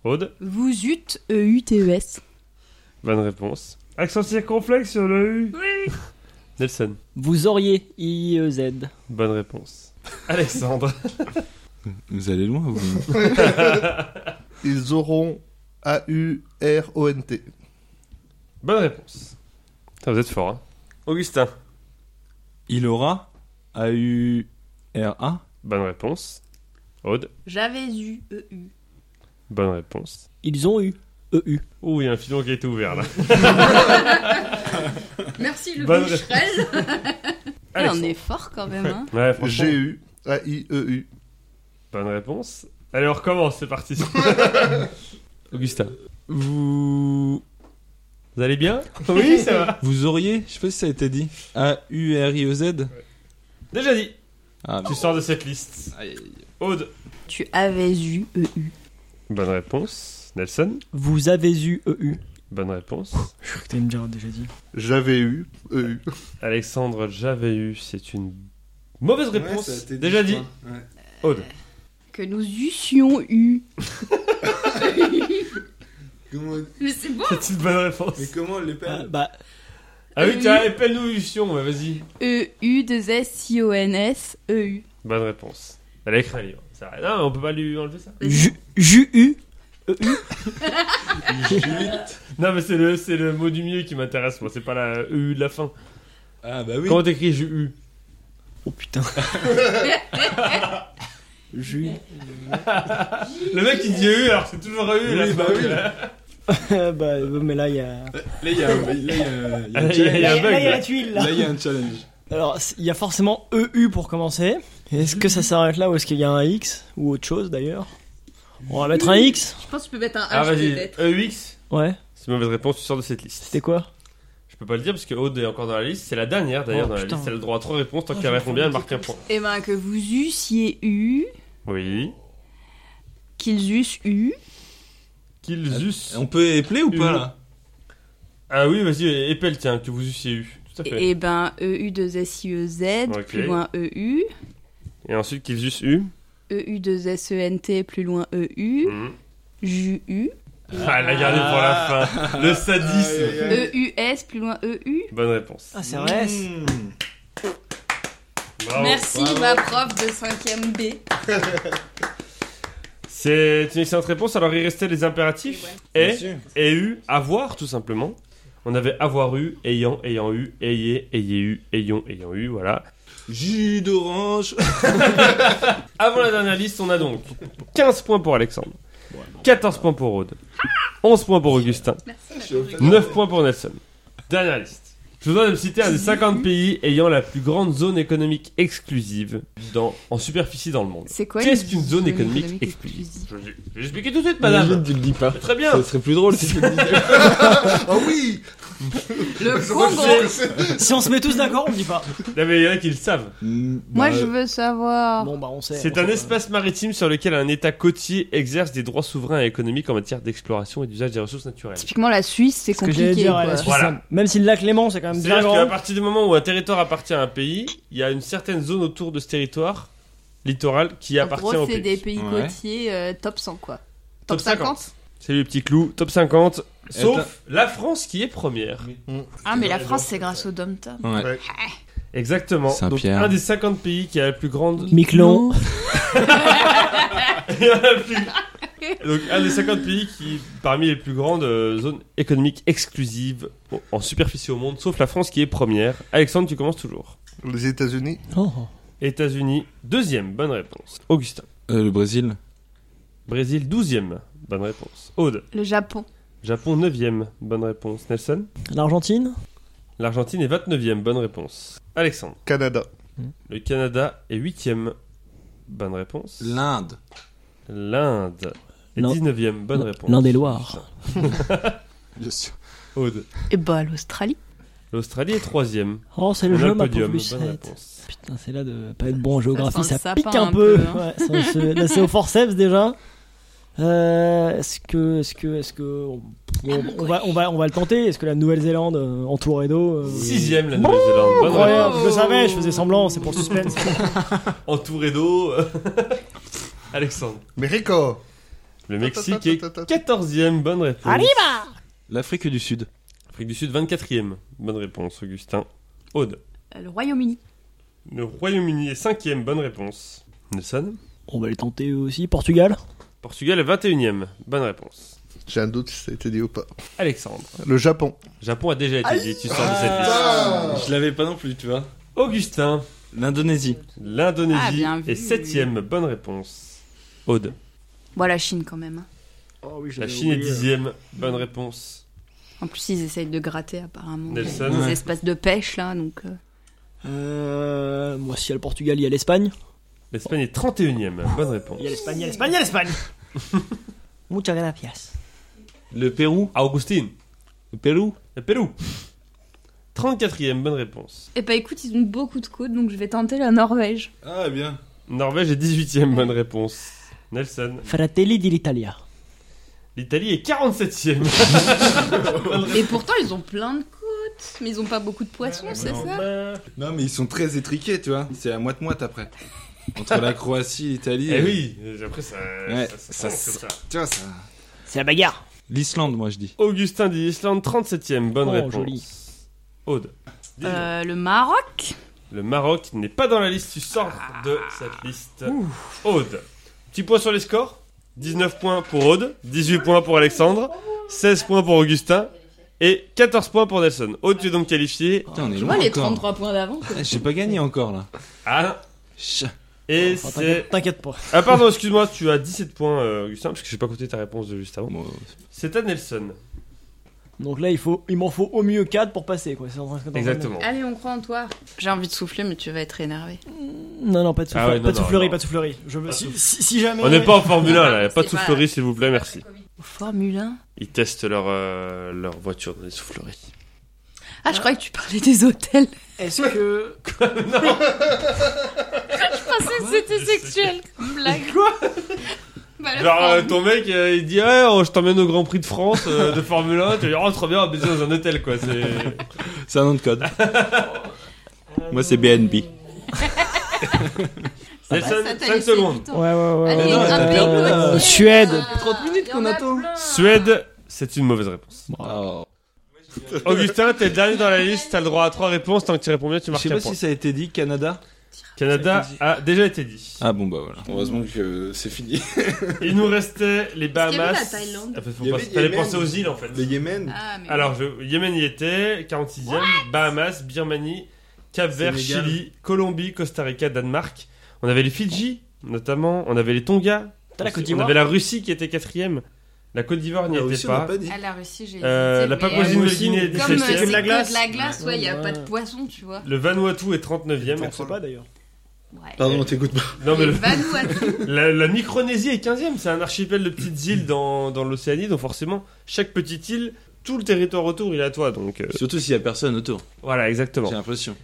Speaker 2: Aude.
Speaker 3: Vous eûtes E E-U-T-E-S.
Speaker 2: Bonne réponse. Accent circonflexe sur le U. Oui. Nelson.
Speaker 1: Vous auriez E, I-E-Z.
Speaker 2: Bonne réponse. Alexandre.
Speaker 8: Vous allez loin, vous.
Speaker 4: Ils auront A-U-R-O-N-T.
Speaker 2: Bonne réponse. Putain, vous êtes fort. Hein. Augustin.
Speaker 7: Il aura A-U-R-A.
Speaker 2: Bonne réponse. Aude.
Speaker 3: J'avais eu E E-U.
Speaker 2: Bonne réponse.
Speaker 1: Ils ont eu E, E-U.
Speaker 2: Ouh, il y a un filon qui a été ouvert là.
Speaker 3: Merci
Speaker 2: le
Speaker 3: le
Speaker 2: Bonne
Speaker 3: boucherel. Eh, on est fort quand même. Hein.
Speaker 2: Ouais, franchement.
Speaker 4: G-U-A-I-E-U.
Speaker 2: Bonne réponse. Allez, on recommence, c'est parti. Augustin.
Speaker 7: Vous...
Speaker 2: Vous allez bien Oui, ça va.
Speaker 7: Vous auriez, je sais pas si ça a été dit, A-U-R-I-O-Z.
Speaker 2: Déjà dit.
Speaker 8: Ah,
Speaker 2: Tu sors de cette liste. Aude.
Speaker 3: Tu avais eu E-U.
Speaker 2: Bonne réponse. Nelson.
Speaker 1: Vous avez eu E, E-U.
Speaker 2: Bonne réponse.
Speaker 1: Je crois que t'allais me dire déjà dit.
Speaker 4: J'avais eu E E-U.
Speaker 2: Alexandre, j'avais eu. C'est une mauvaise réponse. Déjà dit. Aude.
Speaker 3: Que nous eussions eu.
Speaker 8: Comment...
Speaker 3: Mais c'est bon
Speaker 2: C'est une bonne réponse.
Speaker 8: Mais comment on
Speaker 1: Ah,
Speaker 8: l'épelle
Speaker 1: bah,
Speaker 2: Ah oui,
Speaker 3: Euh,
Speaker 2: tiens, épelle-nous Lucien, bah, vas-y.
Speaker 3: E, E-U-2-S-I-O-N-S-E-U.
Speaker 2: Bonne réponse. Elle a écrit un livre. C'est vrai. Non, mais on peut pas lui enlever ça.
Speaker 1: ju- ju-u.
Speaker 2: Non, mais c'est le, c'est le mot du milieu qui m'intéresse. Moi, c'est pas la EU de la fin.
Speaker 8: Ah bah oui.
Speaker 2: Comment t'écris JU
Speaker 1: Oh putain. Ju.
Speaker 2: Le mec il dit EU alors c'est toujours E EU là.
Speaker 8: Oui, bah oui.
Speaker 1: bah, mais là, il y
Speaker 8: Là,
Speaker 1: a.
Speaker 8: il y a, là, il y a- il y a
Speaker 2: Ah,
Speaker 8: un
Speaker 2: il y a- il y
Speaker 8: challenge.
Speaker 1: Là,
Speaker 2: a- bug,
Speaker 1: il y a
Speaker 2: là.
Speaker 1: la tuile, là.
Speaker 8: Là, il y a un challenge.
Speaker 1: Alors, c- il y a forcément EU pour commencer. Est-ce que ça s'arrête là ou est-ce qu'il y a un X Ou autre chose d'ailleurs On va mettre un X
Speaker 3: Je pense que tu peux mettre un H
Speaker 2: Ah, vas-y.
Speaker 3: peut-être.
Speaker 2: EUX
Speaker 1: Ouais.
Speaker 2: C'est une mauvaise réponse, tu sors de cette liste.
Speaker 1: C'était quoi
Speaker 2: Je peux pas le dire parce que Aude est encore dans la liste. C'est la dernière d'ailleurs
Speaker 1: Oh,
Speaker 2: dans la
Speaker 1: putain.
Speaker 2: liste. Elle a le droit à trois réponses. Tant
Speaker 1: Oh,
Speaker 2: qu'elle
Speaker 1: j'ai
Speaker 2: répond bien, elle marque un point.
Speaker 3: Eh ben, que vous eussiez eu.
Speaker 2: Oui.
Speaker 3: Qu'ils eussent eu.
Speaker 2: Qu'ils eussent.
Speaker 7: On peut épeler ou pas là
Speaker 2: Ah oui, vas-y, épelle, tiens, que vous eussiez eu. Tout à fait.
Speaker 3: Et, ben, E-U-2-S-I-E-Z.
Speaker 2: Ok.
Speaker 3: E, Plus loin E, E-U.
Speaker 2: Et ensuite qu'ils eussent eu.
Speaker 3: E-U-2-S-E-N-T. E, Plus loin E, E-U.
Speaker 2: Mhm.
Speaker 3: J-U.
Speaker 2: Ah, elle l'a gardé pour la fin. Le sadisme.
Speaker 8: Aïe, aïe, aïe.
Speaker 3: E-U-S. E, Plus loin E, E-U.
Speaker 2: Bonne réponse.
Speaker 1: Ah, c'est vrai.
Speaker 2: Mmh.
Speaker 7: Hmm.
Speaker 2: Bravo.
Speaker 3: Merci ma prof de 5ème B.
Speaker 2: C'est une excellente réponse. Alors il restait les impératifs.
Speaker 8: Bien
Speaker 2: Et,
Speaker 8: sûr.
Speaker 2: et eu, avoir tout simplement. On avait avoir eu, ayant, ayant eu, ayez, ayez eu, ayons, ayant eu, voilà.
Speaker 8: Jus d'orange.
Speaker 2: Avant la dernière liste, on a donc 15 points pour Alexandre, 14 points pour Aude, 11 points pour Augustin,
Speaker 3: Merci.
Speaker 2: 9 points pour Nelson. Dernière liste. Je vous demande de me citer un des 50 pays ayant la plus grande zone économique exclusive dans, en superficie dans le monde.
Speaker 3: C'est quoi
Speaker 2: Qu'est-ce qu'une zone économique, exclusive Je vais je vais l'expliquer tout de suite, madame.
Speaker 8: Imagine, tu le dis pas.
Speaker 2: Très bien.
Speaker 8: Ça serait plus drôle si tu le disais.
Speaker 4: Ah oui
Speaker 3: Le Congo
Speaker 4: Congo
Speaker 1: Si on se met tous d'accord, on dit pas.
Speaker 2: Non, mais il y en a qui le savent.
Speaker 8: Hmm, bah,
Speaker 3: Moi,
Speaker 8: euh,
Speaker 3: je veux savoir.
Speaker 1: Bon, bah, on sait.
Speaker 2: C'est
Speaker 1: on
Speaker 2: un
Speaker 1: sait.
Speaker 2: espace maritime sur lequel un État côtier exerce des droits souverains et économiques en matière d'exploration et d'usage des ressources naturelles.
Speaker 3: Typiquement, la Suisse, c'est
Speaker 1: Ce que j'allais
Speaker 3: compliqué.
Speaker 1: dire,
Speaker 3: quoi.
Speaker 1: ouais, la Suisse,
Speaker 2: Voilà.
Speaker 1: ça- même si le lac Léman, c'est quand même bien
Speaker 2: C'est-à-dire
Speaker 1: grand.
Speaker 2: qu'à partir du moment où un territoire appartient à un pays, il y a une certaine zone autour de ce territoire littoral qui
Speaker 3: En
Speaker 2: appartient
Speaker 3: gros,
Speaker 2: au
Speaker 3: c'est
Speaker 2: pays.
Speaker 3: des pays
Speaker 7: Ouais.
Speaker 3: côtiers euh, top 100, quoi.
Speaker 2: Top
Speaker 3: Top
Speaker 2: 50.
Speaker 3: 50
Speaker 2: C'est le petit clou, top 50. Sauf
Speaker 7: Attends.
Speaker 2: la France qui est première.
Speaker 3: Ah, mais la France, c'est grâce au Dom-Tom.
Speaker 7: Ouais.
Speaker 2: Exactement. Donc
Speaker 7: Saint-Pierre.
Speaker 2: un des 50 pays qui a la plus grande.
Speaker 1: Miquelon.
Speaker 2: Il y en a plus. Donc un des 50 pays qui parmi les plus grandes euh, zones économiques exclusives au- en superficie au monde, sauf la France qui est première. Alexandre, tu commences toujours.
Speaker 4: Les États-Unis,
Speaker 1: Oh.
Speaker 2: États-Unis, deuxième, bonne réponse. Augustin.
Speaker 7: Euh, le Brésil.
Speaker 2: Brésil, douzième, bonne réponse. Aude.
Speaker 3: Le Japon.
Speaker 2: Japon, neuvième, bonne réponse. Nelson.
Speaker 1: L'Argentine.
Speaker 2: L'Argentine est 29e, bonne réponse. Alexandre.
Speaker 4: Canada,
Speaker 2: Le Canada est 8e, bonne réponse.
Speaker 7: L'Inde.
Speaker 2: L'Inde est
Speaker 1: L'Inde-
Speaker 2: 19e, bonne réponse.
Speaker 1: L'Inde et Loire.
Speaker 8: Bien sûr.
Speaker 2: Aude.
Speaker 3: Et bah, l'Australie.
Speaker 2: L'Australie est 3e.
Speaker 1: Oh, c'est
Speaker 2: On
Speaker 1: le
Speaker 2: a
Speaker 1: jeu, ma
Speaker 2: podium,
Speaker 1: plus
Speaker 2: bonne
Speaker 1: sept.
Speaker 2: réponse.
Speaker 1: Putain, c'est là de pas être bon en géographie,
Speaker 3: sent
Speaker 1: ça,
Speaker 3: le sapin
Speaker 1: pique un
Speaker 3: un
Speaker 1: peu.
Speaker 3: peu, hein.
Speaker 1: Ouais, ça- ça- là, c'est au forceps déjà. Euh, est-ce que, est-ce que, est-ce que, on, on- on va, on va, on va le tenter. Est-ce que la Nouvelle-Zélande euh, entourée d'eau euh,
Speaker 2: 6e, la Nouvelle-Zélande, bonne
Speaker 1: Incroyable,
Speaker 2: réponse.
Speaker 1: je le savais, je faisais semblant, c'est pour le suspense.
Speaker 2: Entouré d'eau. Alexandre.
Speaker 4: Mexico,
Speaker 2: Le Mexique est 14e, bonne réponse.
Speaker 7: L'Afrique du Sud.
Speaker 2: Afrique du Sud, 24e, bonne réponse. Augustin. Aude.
Speaker 3: Euh, Le Royaume-Uni.
Speaker 2: Le Royaume-Uni est 5e, bonne réponse. Nelson.
Speaker 1: On va le tenter aussi. Portugal.
Speaker 2: Portugal est 21e, bonne réponse.
Speaker 4: j'ai un doute si ça a été dit ou pas.
Speaker 2: Alexandre.
Speaker 4: Le Japon,
Speaker 2: Japon a déjà été dit, tu sors
Speaker 8: Ah,
Speaker 2: de cette liste.
Speaker 7: Je l'avais pas non plus, tu vois.
Speaker 1: Ah.
Speaker 2: Augustin,
Speaker 7: L'Indonésie.
Speaker 3: Ah,
Speaker 2: l'Indonésie
Speaker 3: bien vu.
Speaker 2: est septième, bonne réponse. Aude,
Speaker 3: Bon, la Chine, quand même. hein.
Speaker 2: la Chine est
Speaker 1: euh.
Speaker 2: dixième, bonne réponse.
Speaker 3: En plus, ils essayent de gratter, apparemment.
Speaker 2: Nelson.
Speaker 3: Les
Speaker 7: Ouais.
Speaker 3: espaces de pêche, là, donc... euh,
Speaker 1: Euh, moi, s'il y a le Portugal, il y a l'Espagne.
Speaker 2: L'Espagne est 31ème, bonne réponse.
Speaker 1: Il y a l'Espagne, il y a l'Espagne, il y a l'Espagne. Muchas gracias.
Speaker 7: Le Pérou.
Speaker 2: Ah, Augustine,
Speaker 7: Le Pérou.
Speaker 2: le Pérou. 34ème, bonne réponse.
Speaker 3: Eh bah écoute, ils ont beaucoup de côtes, donc je vais tenter la Norvège.
Speaker 8: Ah, bien.
Speaker 2: Norvège est 18ème, bonne réponse. Nelson,
Speaker 1: Fratelli d'Italia.
Speaker 2: l'Italie est 47ème.
Speaker 3: Et pourtant, ils ont plein de côtes, mais ils ont pas beaucoup de poissons, c'est
Speaker 8: non.
Speaker 3: ça
Speaker 8: Non, mais ils sont très étriqués, tu vois. C'est à moite-moite après. Entre la Croatie, l'Italie.
Speaker 2: Eh oui, après ça,
Speaker 7: Ouais,
Speaker 2: ça, se
Speaker 7: ça
Speaker 2: pense
Speaker 7: se-
Speaker 2: comme ça.
Speaker 8: Tiens, ça.
Speaker 1: C'est la bagarre.
Speaker 7: L'Islande, moi, je dis.
Speaker 2: Augustin dit Islande, 37ème, bonne
Speaker 1: Oh,
Speaker 2: réponse.
Speaker 1: joli.
Speaker 2: Aude, dis-nous.
Speaker 3: Euh, Le Maroc
Speaker 2: Le Maroc n'est pas dans la liste, tu sors de cette liste. Aude. Petit point sur les scores 19 points pour Aude, 18 points pour Alexandre, 16 points pour Augustin et 14 points pour Nelson. Aude, tu es donc qualifié.
Speaker 7: Putain, on est
Speaker 3: Tu
Speaker 7: loin
Speaker 3: vois, les
Speaker 7: encore.
Speaker 3: 33 points d'avance
Speaker 7: Ah, J'ai pas gagné encore, là.
Speaker 2: Ah
Speaker 7: Ch-
Speaker 2: Et
Speaker 1: Oh,
Speaker 2: c'est.
Speaker 1: t'inquiète- T'inquiète pas.
Speaker 2: Ah, pardon, excuse-moi, tu as 17 points, euh, Augustin, parce que j'ai pas compté ta réponse de juste avant.
Speaker 7: Bon,
Speaker 2: C'est à Nelson.
Speaker 1: Donc là, il, faut, il m'en faut au mieux 4 pour passer, quoi. C'est en train de-
Speaker 2: Exactement.
Speaker 3: Allez, on croit en toi. J'ai envie de souffler, mais tu vas être énervé.
Speaker 1: Non, non, pas de soufflerie,
Speaker 2: Ah ouais, non,
Speaker 1: pas de
Speaker 2: non,
Speaker 1: soufflerie,
Speaker 2: non.
Speaker 1: pas de soufflerie. Je veux, si, si- si jamais.
Speaker 2: On n'est pas en Formule 1 là, y a pas de
Speaker 3: C'est pas-
Speaker 2: soufflerie s'il vous plaît, merci.
Speaker 3: Formule 1
Speaker 2: Ils testent leur, euh, leur voiture dans les souffleries.
Speaker 3: Ah, je croyais que tu parlais des hôtels.
Speaker 1: Est-ce que.
Speaker 3: Je pensais que Ah, c'était sexuel comme blague. Quoi bah, le
Speaker 2: Genre, euh,
Speaker 3: Formule-
Speaker 2: ton mec, euh, il dit, ouais, oh, je t'emmène au Grand Prix de France euh, de Formule 1, tu lui dis, oh, trop bien, on va baiser dans un hôtel, quoi. C'est...
Speaker 7: C'est un nom de code. moi, c'est BNB.
Speaker 2: Nelson,
Speaker 3: Ça t'a
Speaker 2: 5
Speaker 3: laissé
Speaker 2: secondes.
Speaker 3: du temps.
Speaker 1: Ouais, ouais, ouais.
Speaker 3: Allez,
Speaker 7: non,
Speaker 3: un
Speaker 7: t'as
Speaker 3: pays
Speaker 7: perdu.
Speaker 3: côtier.
Speaker 1: Euh, Suède.
Speaker 3: Ah,
Speaker 7: 30 minutes
Speaker 3: y
Speaker 7: qu'on
Speaker 3: en a
Speaker 7: attend.
Speaker 3: plein.
Speaker 2: Suède, c'est une mauvaise réponse.
Speaker 3: Ah.
Speaker 7: Oh.
Speaker 2: Augustin, t'es le dernier dans la liste, t'as le droit à 3 réponses, tant que tu réponds bien, tu
Speaker 7: Je
Speaker 2: marques
Speaker 7: sais
Speaker 2: un
Speaker 7: pas
Speaker 2: point.
Speaker 7: si ça a été dit, Canada.
Speaker 2: Canada a déjà été dit.
Speaker 7: Ah bon, bah voilà.
Speaker 8: Heureusement que euh, c'est fini.
Speaker 2: Il nous restait les
Speaker 3: Parce qu'il y avait
Speaker 2: Bahamas.
Speaker 3: la Thaïlande.
Speaker 2: Ah, faut- faut
Speaker 8: Il y
Speaker 2: pas-
Speaker 8: avait
Speaker 2: Fallait
Speaker 8: Yémen.
Speaker 2: penser aux îles, en fait.
Speaker 8: Le Yémen.
Speaker 3: Ah, mais
Speaker 2: Alors, je- Yémen y était, 46e, Bahamas, Birmanie, Cap-Vert,
Speaker 8: Sénégal.
Speaker 2: Chili, Colombie, Costa Rica, Danemark. On avait les Fidji, notamment, on avait les Tonga,
Speaker 1: T'as la Côte
Speaker 2: on
Speaker 1: d'Ivoire.
Speaker 2: avait la Russie qui était quatrième, la Côte d'Ivoire n'y
Speaker 8: Ah,
Speaker 2: était
Speaker 8: aussi, on
Speaker 2: pas.
Speaker 8: n'a pas dit.
Speaker 3: À la Russie, j'ai
Speaker 2: Euh,
Speaker 3: hésité,
Speaker 2: la
Speaker 3: mais-
Speaker 2: Papouasie-Nouvelle-Guinée est
Speaker 1: Comme,
Speaker 3: Comme euh,
Speaker 2: 17
Speaker 1: c'est
Speaker 3: c'est
Speaker 1: de la
Speaker 3: que
Speaker 1: glace.
Speaker 3: de la glace, ouais, il n'y a
Speaker 1: Ouais.
Speaker 3: pas de poisson, tu vois.
Speaker 2: Le Vanuatu est 39e.
Speaker 1: On sait pas d'ailleurs.
Speaker 3: Ouais.
Speaker 8: Pardon, on t'écoute pas.
Speaker 2: Non, mais
Speaker 3: Et
Speaker 2: le-
Speaker 3: Vanuatu.
Speaker 2: la, la Micronésie est 15e. C'est un archipel de petites îles dans, dans l'Océanie. Donc forcément, chaque petite île, tout le territoire autour, il est à toi. Donc euh,
Speaker 8: Surtout s'il y a personne autour,
Speaker 2: voilà, exactement.
Speaker 8: j'ai l'impression.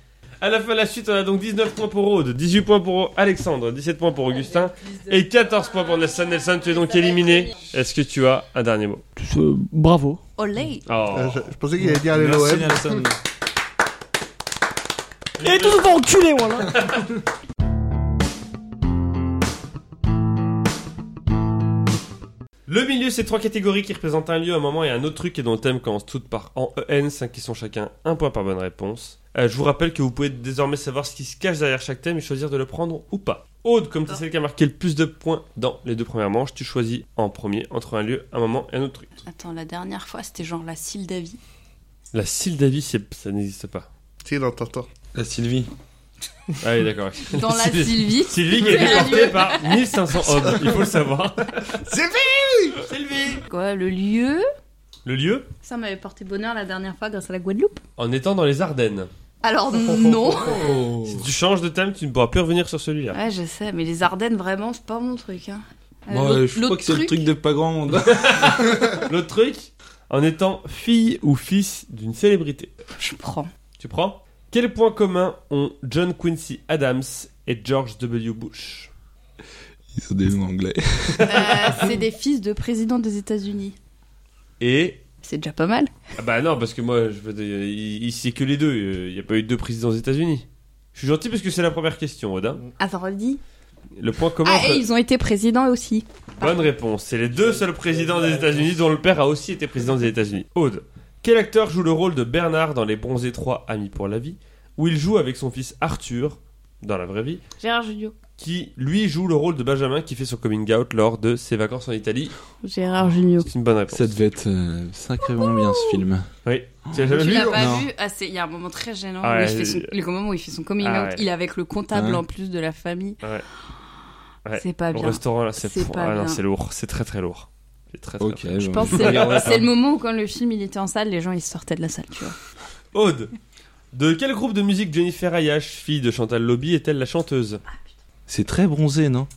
Speaker 2: À la fin de la suite, on a donc 19 points pour Aude, 18 points pour Alexandre, 17 points pour Augustin et 14 points pour Nelson. Nelson, tu es donc éliminé. Est-ce que tu as un dernier mot
Speaker 1: Euh, bravo.
Speaker 3: Olé
Speaker 2: Oh.
Speaker 4: Euh, je, je pensais qu'il allait dire les
Speaker 8: Merci
Speaker 4: l'OM.
Speaker 8: Nelson.
Speaker 1: Et tout va enculer, voilà.
Speaker 2: Le milieu, c'est trois catégories qui représentent un lieu, un moment et un autre truc et dont le thème commence toutes par en EN, 5 qui sont chacun un point par bonne réponse. Euh, je vous rappelle que vous pouvez désormais savoir ce qui se cache derrière chaque thème et choisir de le prendre ou pas. Aude, comme tu
Speaker 3: Ah.
Speaker 2: es celle qui a marqué le plus de points dans les deux premières manches, tu choisis en premier entre un lieu, un moment et un autre truc.
Speaker 3: Attends, la dernière fois, c'était genre la cile d'avis.
Speaker 2: La cile d'avis, c'est- ça n'existe pas.
Speaker 4: Si, non, t'entends.
Speaker 8: La Sylvie.
Speaker 2: Ah oui, d'accord.
Speaker 3: Dans la Sylvie.
Speaker 2: Sylvie qui a été portée par 1500 hommes, il faut le savoir.
Speaker 3: Quoi, le lieu
Speaker 2: Le lieu,
Speaker 3: Ça m'avait porté bonheur la dernière fois grâce à la Guadeloupe.
Speaker 2: en étant dans les Ardennes.
Speaker 3: Alors
Speaker 7: oh,
Speaker 3: non Oh.
Speaker 2: Si tu changes de thème, tu ne pourras plus revenir sur celui-là.
Speaker 3: Ouais, je sais, mais les Ardennes, vraiment, c'est pas mon truc. Hein. Euh,
Speaker 8: Moi,
Speaker 3: l'autre-
Speaker 8: je crois
Speaker 3: l'autre
Speaker 8: que c'est le truc de pas grand monde.
Speaker 2: L'autre truc, en étant fille ou fils d'une célébrité.
Speaker 3: Je prends.
Speaker 2: Tu prends Quels points communs ont John Quincy Adams et George W. Bush
Speaker 8: Ils sont des noms anglais.
Speaker 3: Euh, c'est des fils de président des États-Unis.
Speaker 2: Et.
Speaker 3: C'est déjà pas mal.
Speaker 2: Ah bah non, parce que moi, je veux dire, il, il- c'est que les deux. euh, Il n'y a pas eu deux présidents aux États-Unis. Je suis gentil parce que c'est la première question, Odin.
Speaker 3: Attends, redis.
Speaker 2: Le point commun.
Speaker 3: Ah,
Speaker 2: entre-
Speaker 3: et ils ont été présidents aussi.
Speaker 2: Bonne réponse. C'est les deux seuls présidents des États-Unis dont le père a aussi été président des États-Unis. Aude. Quel acteur joue le rôle de Bernard dans Les Bronzés 3 Amis pour la vie où il joue avec son fils Arthur, dans la vraie vie,
Speaker 3: Gérard Jugnot.
Speaker 2: qui lui joue le rôle de Benjamin qui fait son coming out lors de ses vacances en Italie
Speaker 3: Gérard Jugnot.
Speaker 2: C'est une bonne réponse.
Speaker 8: Ça devait être euh, sacrément bien ce film.
Speaker 2: Oui. Tu l'as jamais
Speaker 3: Tu
Speaker 2: vu
Speaker 3: l'as pas
Speaker 8: Non.
Speaker 3: vu Ah, c'est- Il y a un moment très gênant
Speaker 2: Ah
Speaker 3: où, il
Speaker 2: ouais,
Speaker 3: fait son... le moment où il fait son coming
Speaker 2: Ah
Speaker 3: out.
Speaker 2: ouais.
Speaker 3: Il est avec le comptable
Speaker 8: Ouais.
Speaker 3: en plus de la famille.
Speaker 2: Ouais. Ouais.
Speaker 3: C'est pas
Speaker 2: Au
Speaker 3: bien.
Speaker 2: restaurant, là, c'est
Speaker 3: C'est pas
Speaker 2: ah, non,
Speaker 3: bien.
Speaker 2: c'est lourd. C'est très très lourd. C'est très très
Speaker 8: Ok.
Speaker 2: très-
Speaker 3: Je pense que c'est- c'est le moment où quand le film il était en salle, les gens ils sortaient de la salle, tu vois.
Speaker 2: Aude. De quel groupe de musique Jennifer Ayash, fille de Chantal Lobby, est-elle la chanteuse
Speaker 7: C'est très bronzé, non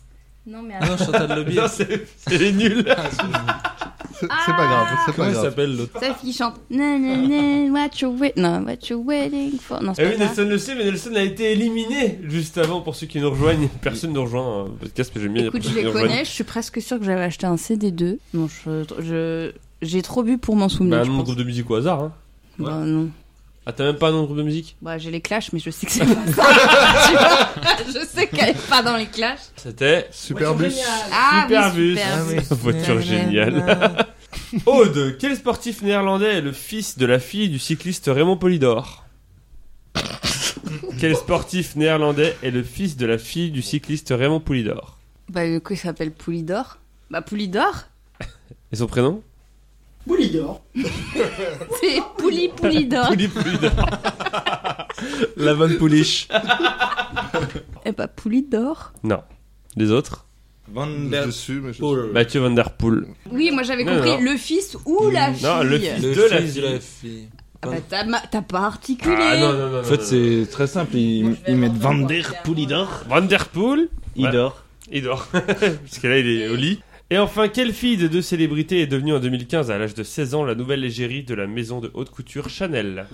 Speaker 3: Non mais
Speaker 8: Non, Chantal Lobby.
Speaker 2: Non, c'est c'est les nuls.
Speaker 4: C'est c'est pas grave, c'est pas
Speaker 8: Comment il
Speaker 4: grave.
Speaker 8: s'appelle l'autre
Speaker 3: Celle qui chante na, na, na, what you wait- non, what you waiting for. Non,
Speaker 2: Eh
Speaker 3: c'est
Speaker 2: oui,
Speaker 3: pas ça.
Speaker 2: Nelson le sait, mais Nelson a été éliminé juste avant pour ceux qui nous rejoignent. Personne ne rejoint euh, le podcast, mais j'aime bien
Speaker 3: Écoute,
Speaker 2: personnes
Speaker 3: je
Speaker 2: qui
Speaker 3: les
Speaker 2: nous rejoignent.
Speaker 3: connais, je suis presque sûre que j'avais acheté un CD2. Non, je, je- j'ai trop bu pour m'en souvenir.
Speaker 2: Bah, un
Speaker 3: je
Speaker 2: nom de
Speaker 3: pense.
Speaker 2: groupe de musique au hasard. Hein.
Speaker 3: Bah, non.
Speaker 2: Ah, t'as même pas un nom de groupe de musique
Speaker 3: Bah, j'ai les clashs, mais je sais que c'est pas ça. tu vois je sais qu'elle est pas dans les clashs.
Speaker 2: C'était
Speaker 4: Superbus.
Speaker 3: Ah,
Speaker 2: Superbus.
Speaker 3: oui, Superbus.
Speaker 2: Voiture géniale. Aude, quel sportif néerlandais est le fils de la fille du cycliste Raymond Polidor Quel sportif néerlandais est le fils de la fille du cycliste Raymond Polidor
Speaker 3: Bah, le coup, il s'appelle Poulidor. Bah, Poulidor
Speaker 2: Et son prénom
Speaker 3: C'est Pouli Poulidor.
Speaker 2: Pouli Polidor.
Speaker 8: La Van Poulich.
Speaker 3: Eh bah, Poulidor.
Speaker 2: Non. Les autres
Speaker 8: Van der
Speaker 4: Dessus, mais je...
Speaker 8: Poel.
Speaker 2: Mathieu Van Der Poel.
Speaker 3: Oui, moi j'avais
Speaker 2: Non,
Speaker 3: compris
Speaker 2: non.
Speaker 3: le fils ou la fille.
Speaker 2: Non, le fils.
Speaker 8: Le
Speaker 2: De la
Speaker 8: fils de
Speaker 2: fille.
Speaker 8: la fille.
Speaker 3: Ah, bah, t'as, ma- t'as pas articulé.
Speaker 2: Ah non, non, non. non,
Speaker 7: En fait,
Speaker 2: non.
Speaker 7: c'est très simple. Ils, ils mettent Van der Poulidor.
Speaker 2: Van Der Poel
Speaker 7: Il
Speaker 2: Ouais.
Speaker 7: dort.
Speaker 2: Il dort. Parce que là, il est au lit. Et enfin, quelle fille de deux célébrités est devenue en 2015, à l'âge de 16 ans, la nouvelle égérie de la maison de haute couture Chanel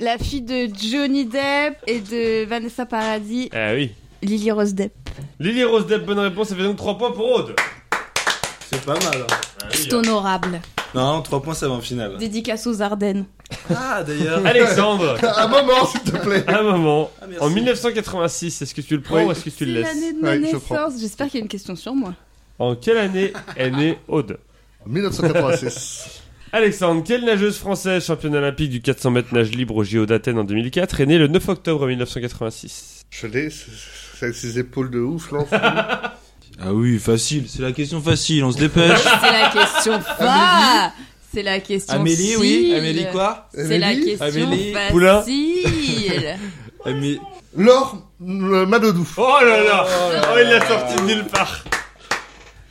Speaker 3: La fille de Johnny Depp et de Vanessa Paradis,
Speaker 2: Ah oui.
Speaker 3: Lily Rose Depp.
Speaker 2: Lily Rose Depp, bonne réponse, ça fait donc 3 points pour Aude.
Speaker 8: C'est pas mal. hein.
Speaker 2: Ah oui,
Speaker 3: C'est honorable.
Speaker 8: Non, 3 points, ça va en finale.
Speaker 3: Dédicace aux Ardennes.
Speaker 8: Ah, d'ailleurs.
Speaker 2: euh. Alexandre,
Speaker 4: Un moment, s'il te plaît.
Speaker 2: un moment.
Speaker 8: Ah, merci.
Speaker 2: En 1986, est-ce que tu le prends
Speaker 4: Oui.
Speaker 2: ou est-ce que tu
Speaker 3: C'est
Speaker 2: le laisses
Speaker 3: l'année de ma
Speaker 4: Ouais, je prends.
Speaker 3: naissance. J'espère qu'il y a une question sur moi.
Speaker 2: En quelle année est née Aude
Speaker 4: 1986.
Speaker 2: Alexandre, quelle nageuse française, championne olympique du 400 mètres nage libre au JO d'Athènes en 2004, est née le 9 octobre 1986
Speaker 4: Je l'ai, c'est- c'est avec ses épaules de ouf, là.
Speaker 8: Ah oui, facile. C'est la question facile, on se dépêche.
Speaker 3: C'est la question fa. C'est la question
Speaker 8: Amélie, oui.
Speaker 3: facile.
Speaker 8: Amélie, quoi
Speaker 3: C'est la
Speaker 4: Amélie
Speaker 3: question
Speaker 8: Amélie
Speaker 2: Poulain
Speaker 3: facile.
Speaker 8: Amélie.
Speaker 4: Laure euh, Madodou.
Speaker 2: Oh là là Oh, il l'a sorti de nulle part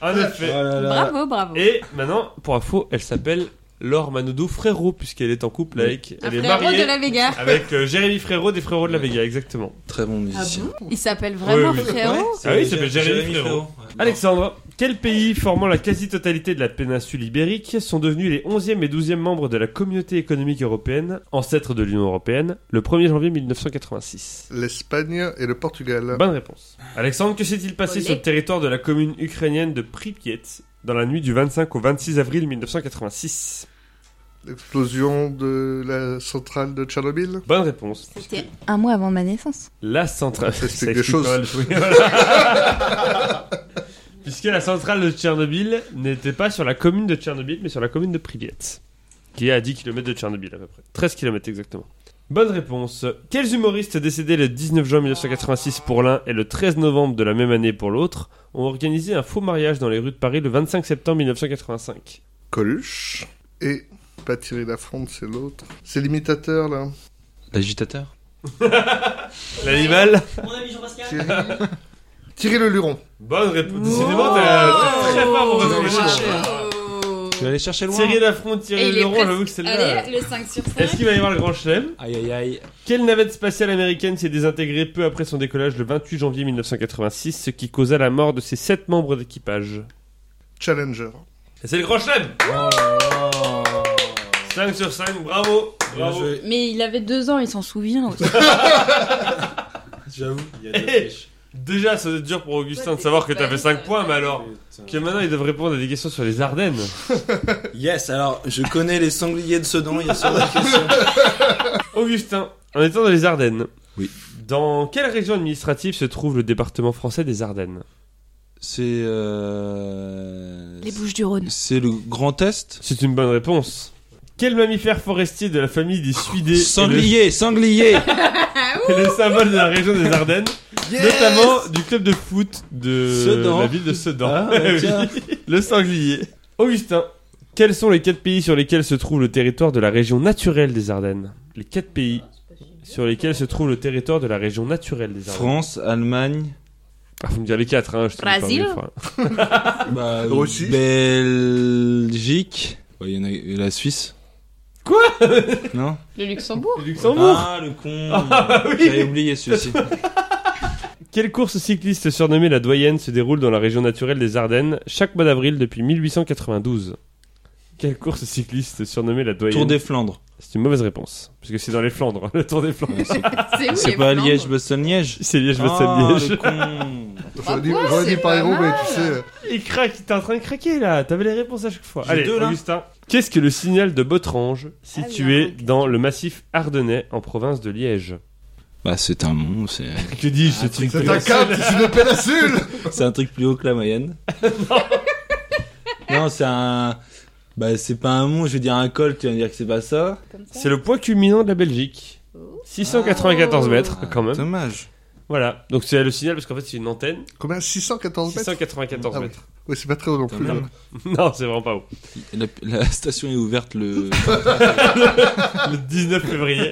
Speaker 2: En effet.
Speaker 8: Oh là là.
Speaker 3: bravo, bravo.
Speaker 2: Et maintenant, pour info, elle s'appelle Laure Manoudou Frérot, puisqu'elle est en couple avec.
Speaker 9: Un
Speaker 2: Elle est
Speaker 9: frérot
Speaker 2: mariée
Speaker 9: de la Vega.
Speaker 2: avec euh, Jérémy Frérot des Frérots de la
Speaker 8: Ouais.
Speaker 2: Vega, exactement.
Speaker 8: Très bon musicien.
Speaker 9: Il s'appelle vraiment
Speaker 2: Oui, oui.
Speaker 9: frérot
Speaker 2: Ah oui, il s'appelle Jérémy Frérot. Alexandre, quels pays formant la quasi-totalité de la péninsule ibérique sont devenus les 11e et 12e membres de la communauté économique européenne, ancêtre de l'Union européenne, le 1er janvier 1986
Speaker 4: L'Espagne et le Portugal.
Speaker 2: Bonne réponse. Alexandre, que s'est-il passé
Speaker 9: Olé.
Speaker 2: sur le territoire de la commune ukrainienne de Pripyat dans la nuit du 25 au 26 avril 1986
Speaker 4: L'explosion de la centrale de Tchernobyl.
Speaker 2: Bonne réponse.
Speaker 9: C'était
Speaker 3: Un mois avant ma naissance.
Speaker 2: La centrale.
Speaker 4: Ça explique
Speaker 2: Ça
Speaker 4: des choses.
Speaker 2: pas mal, oui, voilà. Puisque la centrale de Tchernobyl n'était pas sur la commune de Tchernobyl, mais sur la commune de Pripyat, qui est à 10 km de Tchernobyl à peu près. 13 km exactement. Bonne réponse. Quels humoristes décédés le 19 juin 1986 pour l'un et le 13 novembre de la même année pour l'autre ont organisé un faux mariage dans les rues de Paris le 25 septembre 1985
Speaker 4: Coluche. Et pas Thierry Lafronde, c'est l'autre. C'est l'imitateur, là.
Speaker 8: L'agitateur
Speaker 2: L'animal
Speaker 1: Mon ami Jean-Pascal
Speaker 4: Thierry. Thierry Le Luron.
Speaker 2: Bonne réponse. Décidément, t'as t'as très fort
Speaker 3: Oh.
Speaker 9: Oh.
Speaker 2: pour
Speaker 8: Vous avez
Speaker 2: retrouver les
Speaker 8: cherché.
Speaker 2: choses.
Speaker 8: Tu vas aller chercher loin
Speaker 2: Thierry Lafronde,
Speaker 9: Et
Speaker 2: Thierry
Speaker 9: il est
Speaker 2: Leron,
Speaker 9: presque-
Speaker 2: j'avoue que euh, c'est là.
Speaker 9: Allez, le 5 sur 5.
Speaker 2: Est-ce qu'il va y avoir le grand chelem
Speaker 8: Aïe aïe aïe.
Speaker 2: Quelle navette spatiale américaine s'est désintégrée peu après son décollage le 28 janvier 1986, ce qui causa la mort de ses sept membres d'équipage
Speaker 4: Challenger.
Speaker 2: Et c'est le grand chelem 5 sur 5, bravo,
Speaker 8: Bien
Speaker 2: bravo.
Speaker 8: joué.
Speaker 3: Mais il avait deux ans, il s'en souvient aussi.
Speaker 8: J'avoue, il y a
Speaker 2: de la Déjà, ça doit être dur pour Augustin de savoir que t'as fait 5 points, mais alors que maintenant ils doivent répondre à des questions sur les Ardennes.
Speaker 8: Yes, alors je connais les sangliers de Sedan, il y a sur la question.
Speaker 2: Augustin, en étant dans les Ardennes,
Speaker 8: Oui.
Speaker 2: dans quelle région administrative se trouve le département français des Ardennes
Speaker 8: C'est. euh,
Speaker 3: Les Bouches du Rhône.
Speaker 8: C'est le Grand Est
Speaker 2: C'est une bonne réponse. Quel mammifère forestier de la famille des Suidés est le-
Speaker 8: Sanglier, sanglier
Speaker 2: est le symbole de la région des Ardennes Notamment du club de foot de
Speaker 8: Sedan.
Speaker 2: la ville de Sedan.
Speaker 7: hein,
Speaker 8: Ah,
Speaker 7: bah,
Speaker 8: ouais,
Speaker 2: Oui.
Speaker 8: tiens.
Speaker 2: le sanglier. Augustin, quels sont les quatre pays sur lesquels se trouve le territoire de la région naturelle des Ardennes Les quatre pays sur lesquels se trouve le territoire de la région naturelle des Ardennes.
Speaker 7: France, Allemagne,
Speaker 2: Ah, faut me dire les quatre, hein. Je te dis pas
Speaker 9: Brésil.
Speaker 2: mille fois.
Speaker 8: bah,
Speaker 7: euh,
Speaker 4: Russie.
Speaker 8: Belgique. Ouais, il y en a et la Suisse.
Speaker 2: Quoi
Speaker 8: Non
Speaker 9: Le Luxembourg.
Speaker 2: Le Luxembourg.
Speaker 7: Ah, le con
Speaker 2: oui.
Speaker 7: J'avais oublié celui-ci.
Speaker 2: Quelle course cycliste surnommée la Doyenne se déroule dans la région naturelle des Ardennes chaque mois d'avril depuis 1892 Quelle course cycliste surnommée la Doyenne
Speaker 7: Tour des Flandres.
Speaker 2: C'est une mauvaise réponse. Parce que c'est dans les Flandres, le Tour des Flandres.
Speaker 9: C'est où
Speaker 7: C'est
Speaker 9: les
Speaker 7: pas
Speaker 9: Flandres
Speaker 7: Liège-Bastogne-Liège
Speaker 2: C'est liège
Speaker 7: Ah,
Speaker 2: bastogne
Speaker 7: le
Speaker 2: liège
Speaker 7: con
Speaker 4: J'aurais dit,
Speaker 9: Ah ouais,
Speaker 4: j'aurais dit
Speaker 9: c'est
Speaker 4: Paris
Speaker 9: pas
Speaker 4: Roubaix,
Speaker 9: mal.
Speaker 4: tu sais.
Speaker 2: Il craque, t'es en train de craquer là. T'avais les réponses à chaque fois.
Speaker 7: J'ai
Speaker 2: Allez,
Speaker 7: deux, là.
Speaker 2: Augustin. Qu'est-ce que le signal de Botrange, situé dans le massif ardennais en province de Liège
Speaker 7: Bah, c'est un mont, c'est
Speaker 2: Que dis-je
Speaker 7: Ah,
Speaker 2: ce truc
Speaker 4: C'est un cap, c'est une péninsule
Speaker 7: c'est un truc plus haut que la Mayenne. non, c'est un. Bah, c'est pas un mont, je veux dire un col, tu vas me dire que c'est pas ça.
Speaker 9: Comme ça.
Speaker 2: C'est le point culminant de la Belgique. 694 mètres quand même.
Speaker 7: Dommage.
Speaker 2: Voilà, donc c'est le signal parce qu'en fait c'est une antenne.
Speaker 4: Combien 614 mètres
Speaker 2: 694
Speaker 4: Ah oui.
Speaker 2: mètres.
Speaker 4: Oui, c'est pas très haut non plus.
Speaker 7: Quand même.
Speaker 4: hein.
Speaker 2: Non, c'est vraiment pas haut.
Speaker 7: La, la station est ouverte le.
Speaker 2: Le 19 février.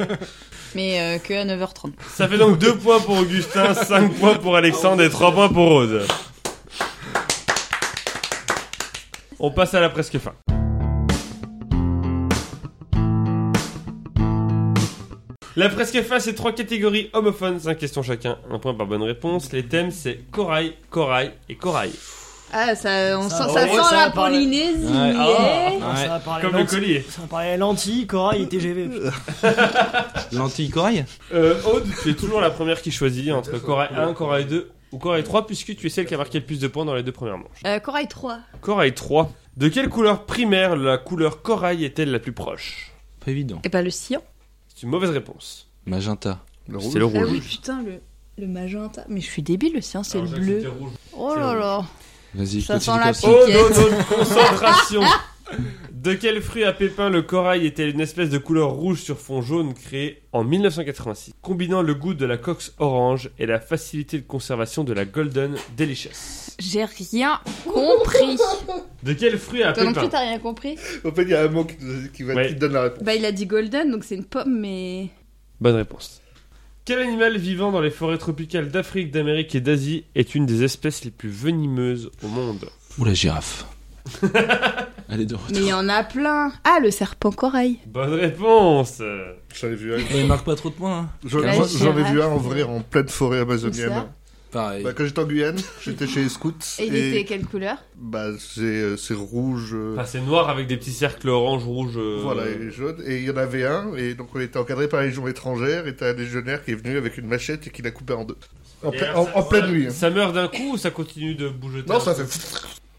Speaker 3: Mais euh, que à 9h30.
Speaker 2: Ça fait donc 2 points pour Augustin, 5 points pour Alexandre et 3 points pour Rose. On passe à la presque fin. La presque fin, c'est trois catégories homophones, 5 questions chacun, un point par bonne réponse. Les thèmes, c'est corail, corail et corail.
Speaker 9: Ah, ça, on
Speaker 1: Ça,
Speaker 9: sent,
Speaker 1: en
Speaker 9: ça
Speaker 1: gros,
Speaker 9: sent
Speaker 1: ça
Speaker 9: la
Speaker 1: va parler.
Speaker 9: Polynésie.
Speaker 1: Ah.
Speaker 7: Ouais.
Speaker 9: yeah.
Speaker 1: Non, ça va parler
Speaker 2: Comme le
Speaker 1: lentilles.
Speaker 2: collier.
Speaker 1: Ça va parler lentilles, corail et TGV. putain.
Speaker 7: Lentille corail
Speaker 2: Euh, Aude, tu es toujours la première qui choisit entre corail 1, corail 2 ou corail 3, puisque tu es celle qui a marqué le plus de points dans les deux premières manches.
Speaker 9: Euh, Corail 3.
Speaker 2: Corail 3. De quelle couleur primaire la couleur corail est-elle la plus proche
Speaker 7: Pas évident.
Speaker 9: Eh
Speaker 3: Et bah
Speaker 9: ben,
Speaker 3: le sillon.
Speaker 2: C'est une mauvaise réponse.
Speaker 7: Magenta.
Speaker 4: Le rouge.
Speaker 2: C'est le
Speaker 9: Ah
Speaker 2: rouge.
Speaker 9: oui, putain, le, le magenta. Mais
Speaker 3: Mais je suis débile, le sien c'est le bleu.
Speaker 9: oh là là.
Speaker 7: Vas-y,
Speaker 9: Ça
Speaker 7: continue
Speaker 9: sent la
Speaker 7: comme ça.
Speaker 9: pique.
Speaker 2: Oh non, non, concentration De quel fruit à pépins le corail était une espèce de couleur rouge sur fond jaune créée en 1986, combinant le goût de la cox orange et la facilité de conservation de la golden delicious
Speaker 3: J'ai rien compris.
Speaker 2: De quel fruit à
Speaker 9: Toi non plus,
Speaker 2: pépins
Speaker 9: t'as rien compris
Speaker 4: En fait, il y a un mot qui, nous- qui va-
Speaker 2: Ouais.
Speaker 4: qui te donne la réponse.
Speaker 9: Bah, il a dit golden, donc c'est une pomme, mais.
Speaker 2: Bonne réponse. Quel animal vivant dans les forêts tropicales d'Afrique, d'Amérique et d'Asie est une des espèces les plus venimeuses au monde
Speaker 7: Ou la girafe. Elle est de retour.
Speaker 9: Mais il y en a plein. Ah, le serpent corail.
Speaker 2: Bonne réponse
Speaker 4: J'en ai vu un.
Speaker 7: Mais il marque pas trop de points. hein.
Speaker 4: Je-
Speaker 9: Ouais,
Speaker 4: moi,
Speaker 9: c'est
Speaker 4: J'en ai
Speaker 9: vrai.
Speaker 4: vu un en vrai en pleine forêt
Speaker 9: Où
Speaker 4: amazonienne.
Speaker 9: ça
Speaker 7: Pareil.
Speaker 4: Bah, quand j'étais en Guyane, j'étais chez les scouts
Speaker 9: Et il était quelle couleur
Speaker 4: bah, c'est euh, c'est rouge, euh,
Speaker 2: Enfin, c'est noir avec des petits cercles orange, rouge. Ah, euh,
Speaker 4: voilà, et jaune. Et il y en avait un, et donc on était encadré par les légion étrangère, et t'as un légionnaire qui est venu avec une machette et qui l'a coupé en deux. En,
Speaker 2: et
Speaker 4: plein-
Speaker 2: alors,
Speaker 4: en-
Speaker 2: ça-
Speaker 4: en pleine nuit. hein.
Speaker 2: Ça meurt d'un coup ou ça continue de bouger
Speaker 4: Non, ça fait.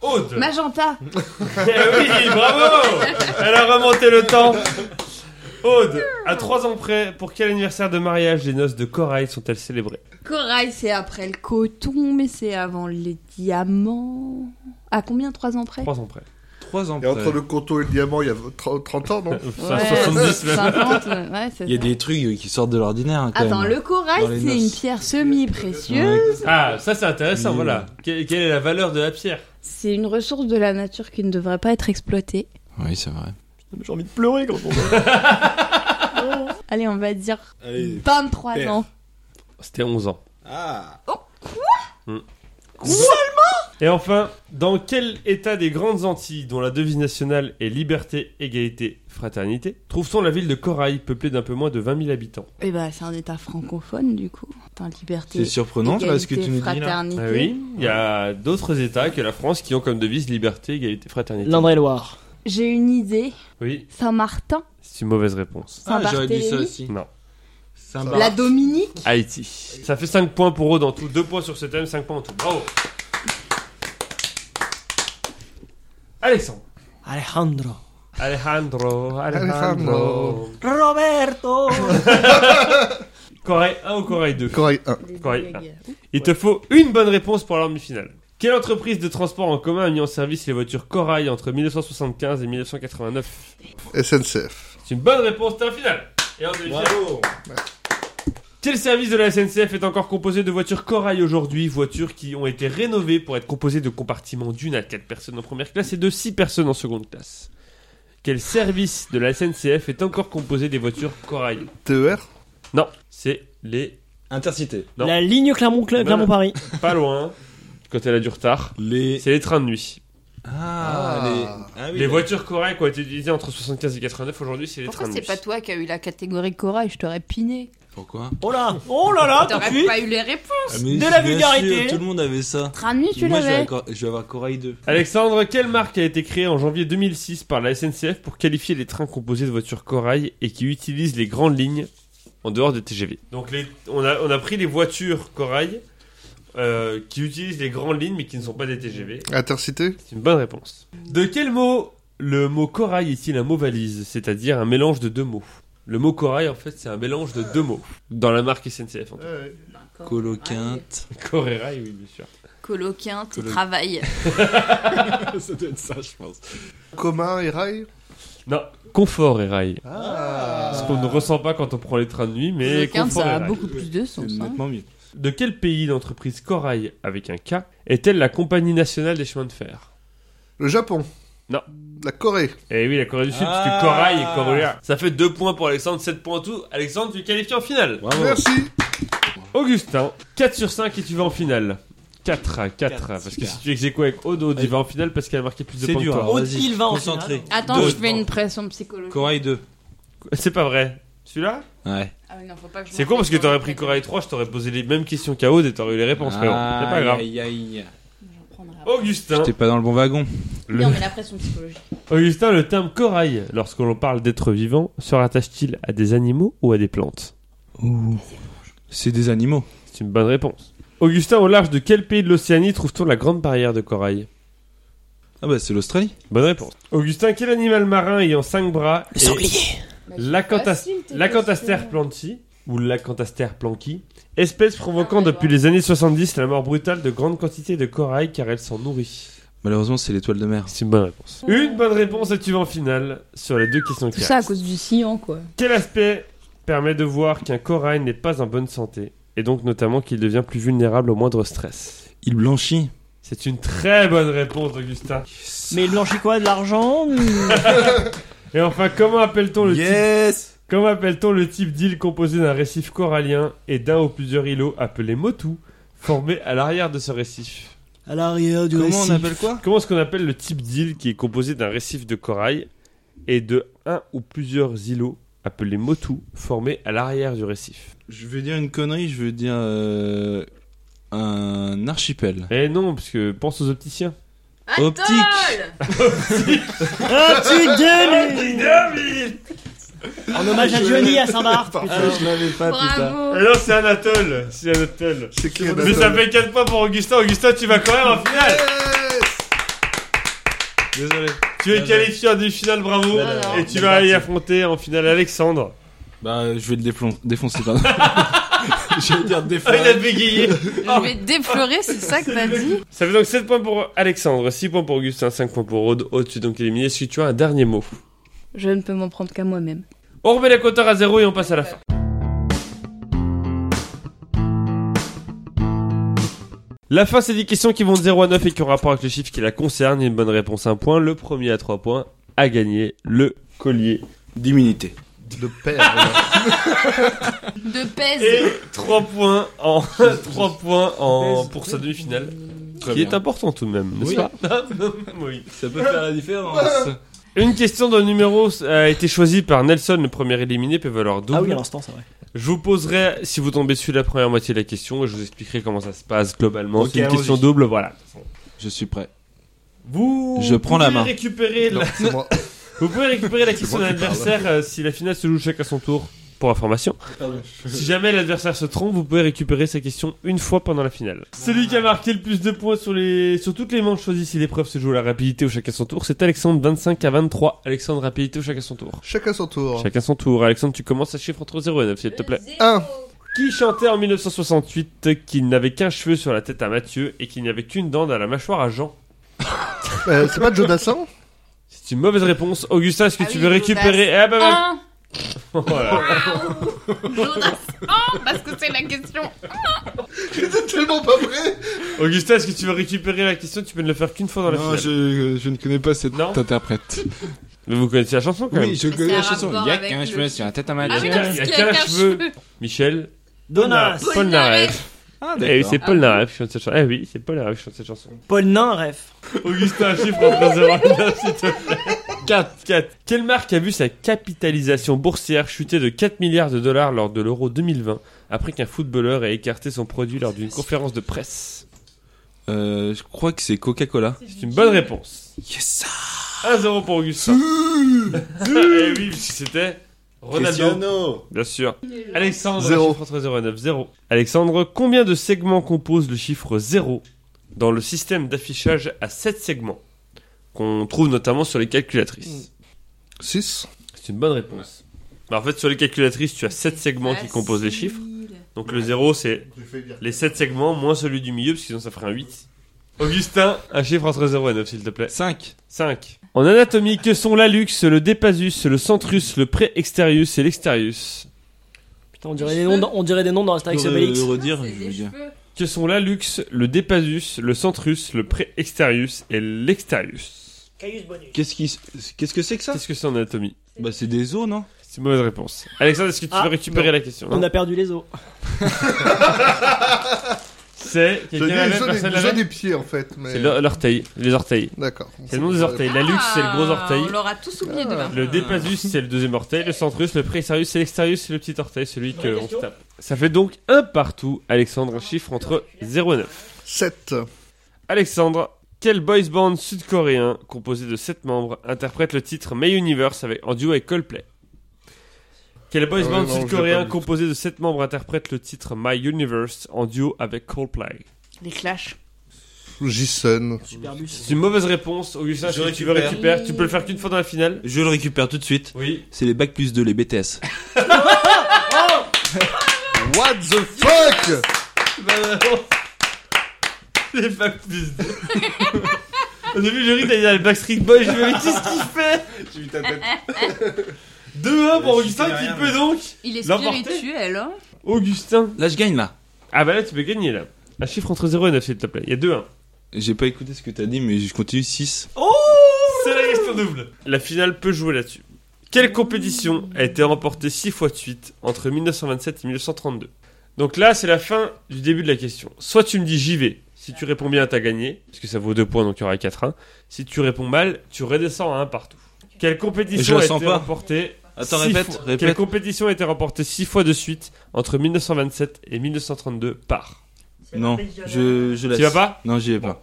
Speaker 2: Aude
Speaker 9: Magenta.
Speaker 2: Eh oui, bravo Elle a remonté le temps Aude, à 3 ans près, pour quel anniversaire de mariage les noces de corail sont-elles célébrées
Speaker 9: Corail, c'est après le coton, mais c'est avant les diamants. À combien Trois ans près
Speaker 2: 3 ans près.
Speaker 7: 3 ans
Speaker 4: Et entre
Speaker 7: près.
Speaker 4: le coton et le diamant, il y a 30 30 ans, non
Speaker 2: Enfin, 70 même.
Speaker 9: 50, ouais, ouais, c'est
Speaker 7: Il y a
Speaker 9: ça.
Speaker 7: des trucs euh, qui sortent de l'ordinaire hein, quand
Speaker 9: Attends,
Speaker 7: même.
Speaker 9: le
Speaker 7: Dans
Speaker 9: corail,
Speaker 7: les
Speaker 9: c'est
Speaker 7: noces.
Speaker 9: une pierre semi-précieuse.
Speaker 2: Ah, ça c'est intéressant,
Speaker 7: Oui.
Speaker 2: voilà. Quelle, quelle est la valeur de la pierre
Speaker 9: C'est une ressource de la nature qui ne devrait pas être exploitée.
Speaker 7: Oui, c'est vrai.
Speaker 1: J'ai envie de pleurer quand on voit.
Speaker 9: Allez, on va dire
Speaker 8: Allez.
Speaker 9: 23
Speaker 8: pierre.
Speaker 9: ans.
Speaker 2: C'était 11 ans. Hmm.
Speaker 8: Ah
Speaker 2: Et enfin, dans quel état des Grandes Antilles, dont la devise nationale est liberté, égalité, fraternité, trouve-t-on la ville de Corail, peuplée d'un peu moins de 20 000 habitants
Speaker 9: Et bah, c'est un état francophone, du coup. Attends, liberté.
Speaker 7: C'est surprenant là, ce que tu nous dis là.
Speaker 9: fraternité.
Speaker 2: Ah oui, il y a d'autres états que la France qui ont comme devise liberté, égalité, fraternité.
Speaker 1: L'Indre-et-Loire.
Speaker 9: J'ai une idée.
Speaker 2: Oui,
Speaker 9: Saint-Martin,
Speaker 2: c'est une mauvaise réponse.
Speaker 7: Ah, j'aurais dit ça
Speaker 9: Saint-Barthélemy,
Speaker 7: aussi.
Speaker 2: Non.
Speaker 7: Saint-Barth.
Speaker 9: la Dominique.
Speaker 2: Haïti. Ça fait 5 points pour Aude en tout, 2 points sur ce thème, 5 points en tout. Bravo Alexandre.
Speaker 1: Alejandro.
Speaker 2: Alejandro, Alejandro.
Speaker 4: Alejandro.
Speaker 1: Roberto
Speaker 2: Corée 1 ou Corée 2
Speaker 4: Corail 1.
Speaker 2: Corée 1. Il te faut une bonne réponse pour la demi-finale. Quelle entreprise de transport en commun a mis en service les voitures Corail entre 1975 et 1989
Speaker 4: SNCF.
Speaker 2: C'est une bonne réponse, t'es en finale. Et en demi-finale.
Speaker 8: Bravo
Speaker 2: Quel service de la SNCF est encore composé de voitures Corail aujourd'hui Voitures qui ont été rénovées pour être composées de compartiments d'une à 4 personnes en première classe et de 6 personnes en seconde classe. Quel service de la SNCF est encore composé des voitures Corail
Speaker 4: TER
Speaker 2: Non, c'est les
Speaker 7: Intercité.
Speaker 2: Non.
Speaker 1: La ligne
Speaker 2: Non.
Speaker 1: Clermont-Clermont Paris.
Speaker 2: pas loin quand elle a du retard.
Speaker 7: Les.
Speaker 2: C'est les trains de nuit.
Speaker 7: Ah,
Speaker 4: Ah.
Speaker 7: les. Ah oui,
Speaker 2: les
Speaker 7: les-
Speaker 2: voitures Corail qui ont été utilisées entre 75 et 89 aujourd'hui, c'est les
Speaker 9: Pourquoi
Speaker 2: trains de
Speaker 9: c'est
Speaker 2: nuit.
Speaker 9: pas toi qui as eu la catégorie corail Je t'aurais piné.
Speaker 7: Pourquoi
Speaker 1: Oh là Oh là là tout de
Speaker 9: T'aurais
Speaker 1: suite.
Speaker 9: pas eu les réponses.
Speaker 7: Ah, mais
Speaker 1: De
Speaker 7: c'est
Speaker 1: la
Speaker 7: bien
Speaker 1: vulgarité.
Speaker 7: sûr, Tout le monde avait ça.
Speaker 9: Rami, tu
Speaker 7: Moi, je vais,
Speaker 9: l'avais.
Speaker 7: avoir, je vais avoir Corail 2.
Speaker 2: Alexandre, quelle marque a été créée en janvier 2006 par la SNCF pour qualifier les trains composés de voitures corail et qui utilisent les grandes lignes en dehors des TGV Donc les- on, a, on a pris les voitures corail euh, qui utilisent les grandes lignes mais qui ne sont pas des TGV.
Speaker 4: Intercité
Speaker 2: C'est une bonne réponse. De quel mot le mot corail est-il un mot valise, c'est-à-dire un mélange de deux mots Le mot corail en fait c'est un mélange de deux mots dans la marque SNCF. En tout
Speaker 7: Coloquinte.
Speaker 2: cas. Corail, oui bien sûr.
Speaker 9: Coloquin, tes
Speaker 7: Colo-
Speaker 9: travail.
Speaker 7: ça doit être ça, je pense.
Speaker 4: Commun et rail
Speaker 2: Non, confort et rail.
Speaker 4: Ah
Speaker 2: Ce qu'on ne ressent pas quand on prend les trains de nuit, mais
Speaker 9: Coloquin,
Speaker 2: confort
Speaker 9: ça
Speaker 2: et
Speaker 9: a
Speaker 2: rail.
Speaker 9: beaucoup plus de
Speaker 7: C'est
Speaker 9: sens. hein.
Speaker 7: nettement mieux.
Speaker 2: De quel pays l'entreprise Corail, avec un K, est-elle la compagnie nationale des chemins de fer
Speaker 4: Le Japon
Speaker 2: Non.
Speaker 4: La Corée
Speaker 2: Eh oui, la Corée du Sud,
Speaker 7: Ah.
Speaker 2: parce que Corail et Coréa. Ça fait 2 points pour Alexandre, 7 points en tout. Alexandre, tu es qualifié en finale.
Speaker 4: Oh.
Speaker 7: Bravo.
Speaker 4: Merci
Speaker 2: Augustin, 4 sur 5 et tu vas en finale. 4 à 4,
Speaker 7: Quatre,
Speaker 2: parce que
Speaker 7: super.
Speaker 2: si tu exéco avec Odo, tu vas en finale parce qu'elle a marqué plus de
Speaker 7: C'est
Speaker 2: points
Speaker 7: dur,
Speaker 2: que
Speaker 7: hein.
Speaker 2: toi.
Speaker 1: Aude,
Speaker 7: vas-y,
Speaker 1: il va en
Speaker 7: concentré.
Speaker 1: finale.
Speaker 9: Attends,
Speaker 7: Deux.
Speaker 9: je fais une pression psychologique.
Speaker 7: Corail 2.
Speaker 2: C'est pas vrai. Celui-là
Speaker 7: Ouais.
Speaker 9: Ah oui, non, faut pas que je
Speaker 2: C'est
Speaker 9: m'en
Speaker 2: con parce que
Speaker 9: fasse
Speaker 2: t'aurais
Speaker 9: un
Speaker 2: pris
Speaker 9: truc.
Speaker 2: Corail 3, je t'aurais posé les mêmes questions qu'à Aude et t'aurais eu les réponses, frérot. C'est pas grave.
Speaker 7: Aïe, aïe, aïe.
Speaker 9: J'en prendrai après.
Speaker 2: Augustin,
Speaker 7: T'es pas dans le bon wagon.
Speaker 2: Oh, le-
Speaker 9: Non, mais la pression psychologique.
Speaker 2: Augustin, le terme corail, lorsque l'on parle d'être vivant, se rattache-t-il à des animaux ou à des plantes
Speaker 7: C'est des animaux.
Speaker 2: C'est une bonne réponse. Augustin, au large de quel pays de l'Océanie trouve-t-on la grande barrière de corail
Speaker 7: Ah bah, c'est l'Australie.
Speaker 2: Bonne réponse. Augustin, quel animal marin ayant 5 bras est L'acantas- L'acantaster planti ou l'acantaster planqui, espèce provoquant depuis les années 70 la mort brutale de grandes quantités de corail car elle s'en nourrit
Speaker 7: Malheureusement, c'est l'étoile de mer.
Speaker 2: C'est une bonne réponse. Une bonne réponse et tu vas en finale sur les deux questions qui
Speaker 9: Tout ça à
Speaker 2: restent.
Speaker 9: cause du sillon, quoi.
Speaker 2: Quel aspect permet de voir qu'un corail n'est pas en bonne santé et donc notamment qu'il devient plus vulnérable au moindre stress
Speaker 7: Il blanchit.
Speaker 2: C'est une très bonne réponse, Augustin.
Speaker 1: Mais il blanchit quoi De l'argent
Speaker 2: Et enfin, comment
Speaker 8: Oh,
Speaker 2: appelle-t-on le type
Speaker 7: Yes
Speaker 2: comment appelle-t-on le type d'île composé d'un récif corallien et d'un ou plusieurs îlots appelés motus formés à l'arrière de ce récif
Speaker 1: à l'arrière du
Speaker 8: Comment on
Speaker 1: récif.
Speaker 8: appelle quoi
Speaker 2: Comment est-ce qu'on appelle le type d'île qui est composé d'un récif de corail et de un ou plusieurs îlots appelés motus formés à l'arrière du récif
Speaker 8: Je vais dire une connerie, je veux dire euh, un archipel.
Speaker 2: Eh non, parce que pense aux opticiens.
Speaker 8: Optique
Speaker 1: Ah, tu gagnes En hommage à Johnny à Saint-Barth. putain.
Speaker 8: Je l'avais
Speaker 2: Ah,
Speaker 8: pas, putain.
Speaker 9: Bravo
Speaker 2: non, c'est Anatole C'est Anatole
Speaker 4: C'est qui
Speaker 2: Mais ça fait 4 points pour Augustin. Augustin, tu vas quand même en finale
Speaker 8: Désolé.
Speaker 2: Tu es
Speaker 8: Bien
Speaker 2: qualifié en demi-finale, bravo
Speaker 8: Bien joué.
Speaker 2: Et tu
Speaker 8: Bien
Speaker 2: vas
Speaker 8: parti.
Speaker 2: aller affronter en finale Alexandre.
Speaker 8: Bah, je vais le déflon- défoncer, pardon. je vais dire
Speaker 2: Ah, il a
Speaker 8: défoncer.
Speaker 2: bégayé
Speaker 9: Je vais déflorer, c'est ça que t'as dit
Speaker 2: Ça fait donc 7 points pour Alexandre, 6 points pour Augustin, 5 points pour Aude. Aude, tu es donc éliminé. Est-ce que tu as un dernier mot
Speaker 9: Je ne peux m'en prendre qu'à moi-même.
Speaker 2: On remet les compteurs à zéro et on passe à la fin. La fin, c'est 10 questions qui vont de 0 à 9 et qui ont rapport avec le chiffre qui la concerne. Une bonne réponse, un point. Le premier à 3 points a gagné le collier.
Speaker 8: D'immunité.
Speaker 4: De perdre.
Speaker 9: De pèse
Speaker 2: Et 3 points en, 3 points en, pour sa demi-finale.
Speaker 8: Très
Speaker 2: Qui
Speaker 8: bien.
Speaker 2: est important tout de même, n'est-ce
Speaker 8: Oui.
Speaker 2: pas Oui.
Speaker 8: Ça peut faire la différence.
Speaker 2: Une question dont le numéro a été choisi par Nelson, le premier éliminé, peut valoir double.
Speaker 1: Ah oui, à l'instant, c'est vrai.
Speaker 2: Je vous poserai, si vous tombez sur la première moitié de la question, et je vous expliquerai comment ça se passe globalement.
Speaker 8: Ok,
Speaker 2: C'est une
Speaker 8: allons-y.
Speaker 2: question double, voilà.
Speaker 8: Je suis prêt.
Speaker 2: Vous,
Speaker 8: Je prends
Speaker 2: pouvez
Speaker 8: la main.
Speaker 2: Récupérer
Speaker 4: Non,
Speaker 2: la...
Speaker 4: c'est moi.
Speaker 2: Vous pouvez récupérer la question de
Speaker 4: moi qui parle.
Speaker 2: l'adversaire euh, si la finale se joue chacun son tour, pour information. Si jamais l'adversaire se trompe, vous pouvez récupérer sa question une fois pendant la finale. Celui qui a marqué le plus de points sur, les... sur toutes les manches choisies si l'épreuve se joue à la rapidité ou chacun son tour, c'est Alexandre 25 à 23. Alexandre, rapidité ou chacun son tour
Speaker 4: Chacun son tour.
Speaker 2: Chacun son tour. Alexandre, tu commences à chiffre entre 0 et 9, s'il te plaît.
Speaker 4: 1.
Speaker 2: Qui chantait en 1968 qu'il n'avait qu'un cheveu sur la tête à Mathieu et qu'il n'y avait qu'une dent à la mâchoire à Jean
Speaker 4: Euh, c'est pas Jonathan
Speaker 2: C'est une mauvaise réponse. Augustin, est-ce que
Speaker 9: Ah
Speaker 2: tu
Speaker 9: oui,
Speaker 2: veux
Speaker 9: Jonas.
Speaker 2: récupérer Eh ben, ben,
Speaker 9: Un
Speaker 2: voilà.
Speaker 9: Jonas un, Parce que c'est la question
Speaker 4: J'étais tellement pas prêt
Speaker 2: Augustin, est-ce que tu veux récupérer la question Tu peux ne le faire qu'une fois dans Oh, la
Speaker 8: Non,
Speaker 2: finale.
Speaker 8: je, je ne connais pas cette
Speaker 2: Non.
Speaker 8: interprète.
Speaker 2: Mais vous connaissez la chanson quand même.
Speaker 8: Oui, je
Speaker 9: c'est
Speaker 8: connais la
Speaker 9: un
Speaker 8: chanson.
Speaker 9: rapport
Speaker 8: Il y a
Speaker 9: avec
Speaker 8: qu'un
Speaker 9: le-
Speaker 8: cheveu sur la tête à ma
Speaker 9: Ah oui,
Speaker 2: Il y a-
Speaker 9: parce
Speaker 2: il y a
Speaker 9: qu'il
Speaker 2: qu'un cheveu.
Speaker 9: cheveu
Speaker 2: Michel
Speaker 1: Donas.
Speaker 2: Paul Naref.
Speaker 8: Ah,
Speaker 2: Eh oui,
Speaker 8: d'accord.
Speaker 2: c'est Paul Naref qui chante cette chanson. Eh oui, c'est Paul Naref qui chante cette chanson.
Speaker 1: Paul Nain, ref.
Speaker 2: Augustin, chiffre entre 0 et 9, s'il te plaît. 4. 4. Quelle marque a vu sa capitalisation boursière chuter de 4 milliards de dollars lors de l'Euro 2020 après qu'un footballeur ait écarté son produit lors d'une conférence de presse
Speaker 8: Euh, je crois que c'est Coca-Cola.
Speaker 2: C'est une bonne réponse.
Speaker 8: Yes
Speaker 2: 1-0 pour Augustin. Eh oui, puisque c'était Ronaldo. Bien sûr. Alexandre,
Speaker 4: Zéro.
Speaker 2: chiffre entre 0 et 9, 0. Alexandre, combien de segments compose le chiffre 0 dans le système d'affichage à 7 segments qu'on trouve notamment sur les calculatrices
Speaker 4: 6.
Speaker 2: Mm. C'est une bonne réponse. Bah, en fait, sur les calculatrices, tu as 7 segments qui composent les chiffres. Donc le 0, c'est les 7 segments moins celui du milieu, parce que sinon ça ferait un 8. Augustin, un chiffre entre 0 et 9, s'il te plaît.
Speaker 8: 5.
Speaker 2: 5. En anatomie, que sont l'alux, le dépasus, le centrus, le pré-exterius et l'exterius
Speaker 1: Putain, on dirait des noms, dans- on dirait des noms
Speaker 4: Ah,
Speaker 1: dans Astérix Obélix.
Speaker 8: euh, redire, je veux dire.
Speaker 2: Que sont l'alux, le dépasus, le centrus, le pré-exterius et l'exterius
Speaker 8: Qu'est-ce qui- qu'est-ce que c'est que ça
Speaker 2: Qu'est-ce que c'est en anatomie
Speaker 8: Bah, c'est des os, non
Speaker 2: C'est une mauvaise réponse. Alexandre, est-ce que tu
Speaker 1: Ah,
Speaker 2: veux récupérer la question
Speaker 1: On
Speaker 2: Non
Speaker 1: a perdu les os. Ah,
Speaker 2: C'est
Speaker 4: J'ai
Speaker 2: quelqu'un l'avait,
Speaker 4: dit
Speaker 2: personne
Speaker 4: les os
Speaker 2: l'avait
Speaker 4: des pieds en fait, mais.
Speaker 2: C'est l'or- l'orteil, les orteils.
Speaker 4: D'accord.
Speaker 2: C'est le nom des orteils. La luxe, c'est le gros
Speaker 3: Ah,
Speaker 2: orteil.
Speaker 9: Ah, On l'aura tous oublié demain.
Speaker 2: Le dépasus, c'est le deuxième orteil. Le centrus, le préexterius, c'est l'exterius, c'est le petit orteil, celui que on se tape. Ça fait donc un partout, Alexandre, un chiffre entre 0 et 9.
Speaker 4: 7.
Speaker 2: Alexandre, quel boys band sud-coréen, composé de 7 membres, interprète le titre My Universe avec, en duo avec Coldplay Quel boys
Speaker 4: Ah ouais,
Speaker 2: band
Speaker 4: non, je l'ai pas
Speaker 2: sud-coréen,
Speaker 4: vu.
Speaker 2: composé de 7 membres, interprète le titre My Universe en duo avec Coldplay
Speaker 9: Les clashs.
Speaker 4: Jason.
Speaker 1: Superbus.
Speaker 2: C'est une mauvaise réponse, Augustin,
Speaker 8: Je
Speaker 2: si tu veux
Speaker 8: récupère.
Speaker 2: récupérer, tu peux le faire qu'une fois dans la finale
Speaker 8: Je le récupère tout de suite.
Speaker 2: Oui.
Speaker 8: C'est les bacs plus 2, les BTS.
Speaker 4: What the fuck
Speaker 2: Bah, Les Back plus Au début, je ris, t'as dit les Backstreet Boys, je me dis, mais qu'est-ce qu'il fait
Speaker 8: J'ai vu ta tête.
Speaker 2: 2-1 pour
Speaker 8: Je
Speaker 2: Augustin
Speaker 8: sais
Speaker 2: qui
Speaker 8: rien,
Speaker 2: peut
Speaker 8: mais-
Speaker 2: donc
Speaker 9: Il est
Speaker 2: L'emporter.
Speaker 9: spirituel, hein
Speaker 2: Augustin
Speaker 8: Là, je gagne, là.
Speaker 2: Ah bah là, tu peux gagner là. Un chiffre entre 0 et 9, s'il te plaît. Il y a 2-1.
Speaker 8: J'ai pas écouté ce que t'as dit, mais je continue 6.
Speaker 2: C'est la question double. La finale peut jouer là-dessus. Quelle compétition a été remportée 6 fois de suite entre 1927 et 1932 Donc là, c'est la fin du début de la question. Soit tu me dis j'y vais, Si tu réponds bien, t'as gagné, parce que ça vaut 2 points, donc il y aura 4-1. Si tu réponds mal, tu redescends à 1 partout. Quelle
Speaker 7: Je
Speaker 2: compétition
Speaker 7: la
Speaker 2: a
Speaker 7: sens
Speaker 2: été
Speaker 7: pas.
Speaker 2: remportée
Speaker 7: Attends,
Speaker 2: six
Speaker 7: répète,
Speaker 2: fois-
Speaker 7: répète.
Speaker 2: Quelle compétition a été remportée 6 fois de suite entre 1927 et 1932 par
Speaker 7: Non, je, je laisse.
Speaker 2: Tu vas pas
Speaker 7: Non, j'y vais pas.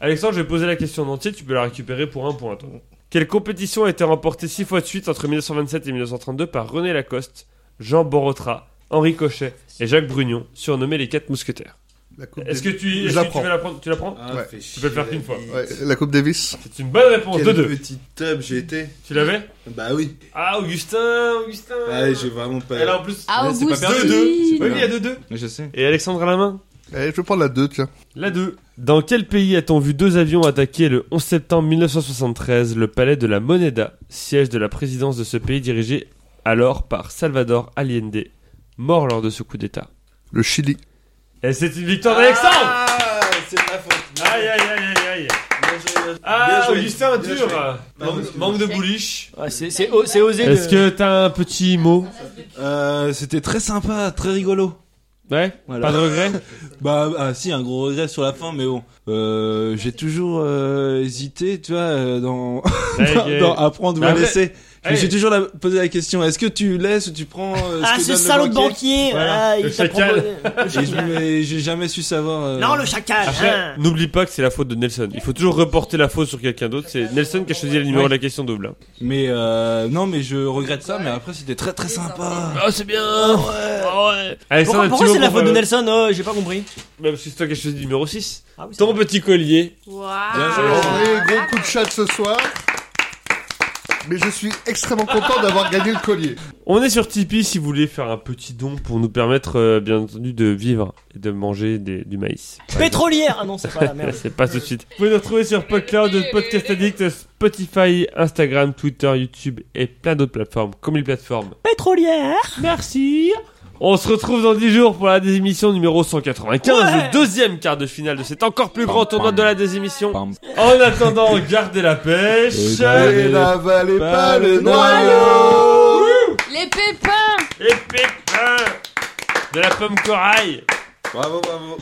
Speaker 2: Alexandre, je vais poser la question en entier, tu peux la récupérer pour un point. toi. Quelle compétition a été remportée 6 fois de suite entre 1927 et 1932 par René Lacoste, Jean Borotra, Henri Cochet et Jacques Brugnon, surnommés les 4 mousquetaires
Speaker 4: La Coupe
Speaker 2: Est-ce que
Speaker 4: Davis.
Speaker 2: tu, est-ce
Speaker 4: Je
Speaker 2: que
Speaker 4: la
Speaker 2: tu
Speaker 4: prends.
Speaker 2: veux la prendre Tu la prends
Speaker 8: Ah,
Speaker 4: Ouais.
Speaker 8: fais chier,
Speaker 2: peux le faire qu'une fois.
Speaker 8: David.
Speaker 4: Ouais, la Coupe Davis.
Speaker 2: C'est une bonne réponse,
Speaker 8: Quel
Speaker 2: 2-2.
Speaker 8: petit tub j'ai été.
Speaker 2: Tu l'avais
Speaker 8: Bah oui.
Speaker 2: Ah, Augustin, Augustin
Speaker 8: Ouais, j'ai vraiment pas.
Speaker 2: Et là, en plus,
Speaker 9: Ah,
Speaker 8: Ouais, c'est pas
Speaker 9: Augustine
Speaker 8: perdu.
Speaker 2: 2-2. Oui,
Speaker 8: pas
Speaker 2: il y a 2-2.
Speaker 7: Mais je sais.
Speaker 2: Et Alexandre à la main
Speaker 4: Eh, je vais prendre la 2, tiens.
Speaker 2: La 2. Dans quel pays a-t-on vu deux avions attaquer le 11 septembre 1973 le palais de la Moneda, siège de la présidence de ce pays dirigé alors par Salvador Allende, mort lors de ce coup d'État
Speaker 4: Le Chili.
Speaker 2: Et c'est une victoire d'Alexandre
Speaker 8: Ah, c'est ma faute.
Speaker 2: Aïe aïe aïe aïe aïe
Speaker 8: Bien joué, bien joué.
Speaker 2: Ah,
Speaker 8: Ah! Bien joué.
Speaker 2: Augustin,
Speaker 8: Bien
Speaker 2: dur
Speaker 8: joué.
Speaker 2: Manque-
Speaker 8: parce que-
Speaker 2: Manque de bouliche.
Speaker 1: Ouais, c'est- c'est o- c'est osé.
Speaker 2: Est-ce
Speaker 1: de-
Speaker 2: que t'as un petit mot
Speaker 7: Euh, c'était très sympa, très rigolo.
Speaker 2: Ouais
Speaker 7: Voilà.
Speaker 2: Pas de regret
Speaker 7: Bah ah, si, un gros regret sur la fin, mais bon. Euh, j'ai toujours euh, hésité, tu vois, euh, dans,
Speaker 2: Hey,
Speaker 7: dans-
Speaker 2: hey.
Speaker 7: dans apprendre ou
Speaker 2: Après-
Speaker 7: laisser. Je me
Speaker 2: Hey.
Speaker 7: suis toujours la- posé la question, est-ce que tu laisses ou tu prends euh, ce
Speaker 1: Ah,
Speaker 7: que
Speaker 1: ce
Speaker 7: donne le
Speaker 1: salaud de
Speaker 7: banquier
Speaker 1: banquier
Speaker 2: Voilà.
Speaker 1: ah,
Speaker 2: Le
Speaker 1: Il t'a
Speaker 2: chacal.
Speaker 1: proposé-
Speaker 7: Et je me- j'ai jamais su savoir. euh,
Speaker 1: Non, le chacal
Speaker 2: Après,
Speaker 1: hein.
Speaker 2: n'oublie pas que c'est la faute de Nelson. Il faut toujours reporter la faute sur quelqu'un d'autre. C'est Nelson qui a choisi le numéro
Speaker 7: Ouais.
Speaker 2: de la question double. hein.
Speaker 7: Mais euh, non, mais je regrette ça. Mais après, c'était très très sympa.
Speaker 2: Ah, c'est bien
Speaker 1: Oh.
Speaker 2: Alexandre,
Speaker 1: Pourquoi,
Speaker 2: un
Speaker 1: pourquoi
Speaker 2: petit
Speaker 1: c'est
Speaker 2: mot
Speaker 1: la
Speaker 2: pour- euh,
Speaker 1: faute de Nelson Oh, J'ai pas compris.
Speaker 2: Bah, parce que c'est toi qui as choisi le numéro 6.
Speaker 1: Ah oui, c'est
Speaker 2: Ton
Speaker 1: vrai.
Speaker 2: petit collier. Ah,
Speaker 7: Bien joué.
Speaker 4: En vrai, gros coup de chat ce soir. Mais je suis extrêmement content d'avoir gagné le collier.
Speaker 2: On est sur Tipeee si vous voulez faire un petit don pour nous permettre, euh, bien entendu, de vivre et de manger des- du maïs.
Speaker 1: Pétrolière Ah non, c'est pas la merde.
Speaker 2: C'est pas tout de suite. Vous pouvez nous retrouver sur PodCloud, Podcast Addict, Spotify, Instagram, Twitter, YouTube et plein d'autres plateformes, comme les plateformes.
Speaker 1: Pétrolière
Speaker 2: Merci On se retrouve dans 10 jours pour la désémission numéro 195,
Speaker 1: Ouais.
Speaker 2: le deuxième quart de finale de cet encore plus grand tournoi de la désémission.
Speaker 7: Pam.
Speaker 2: En attendant, gardez la pêche
Speaker 4: Et n'avalez pas le noyau
Speaker 9: Les pépins
Speaker 2: et pépins hein, de la pomme corail
Speaker 8: Bravo, bravo.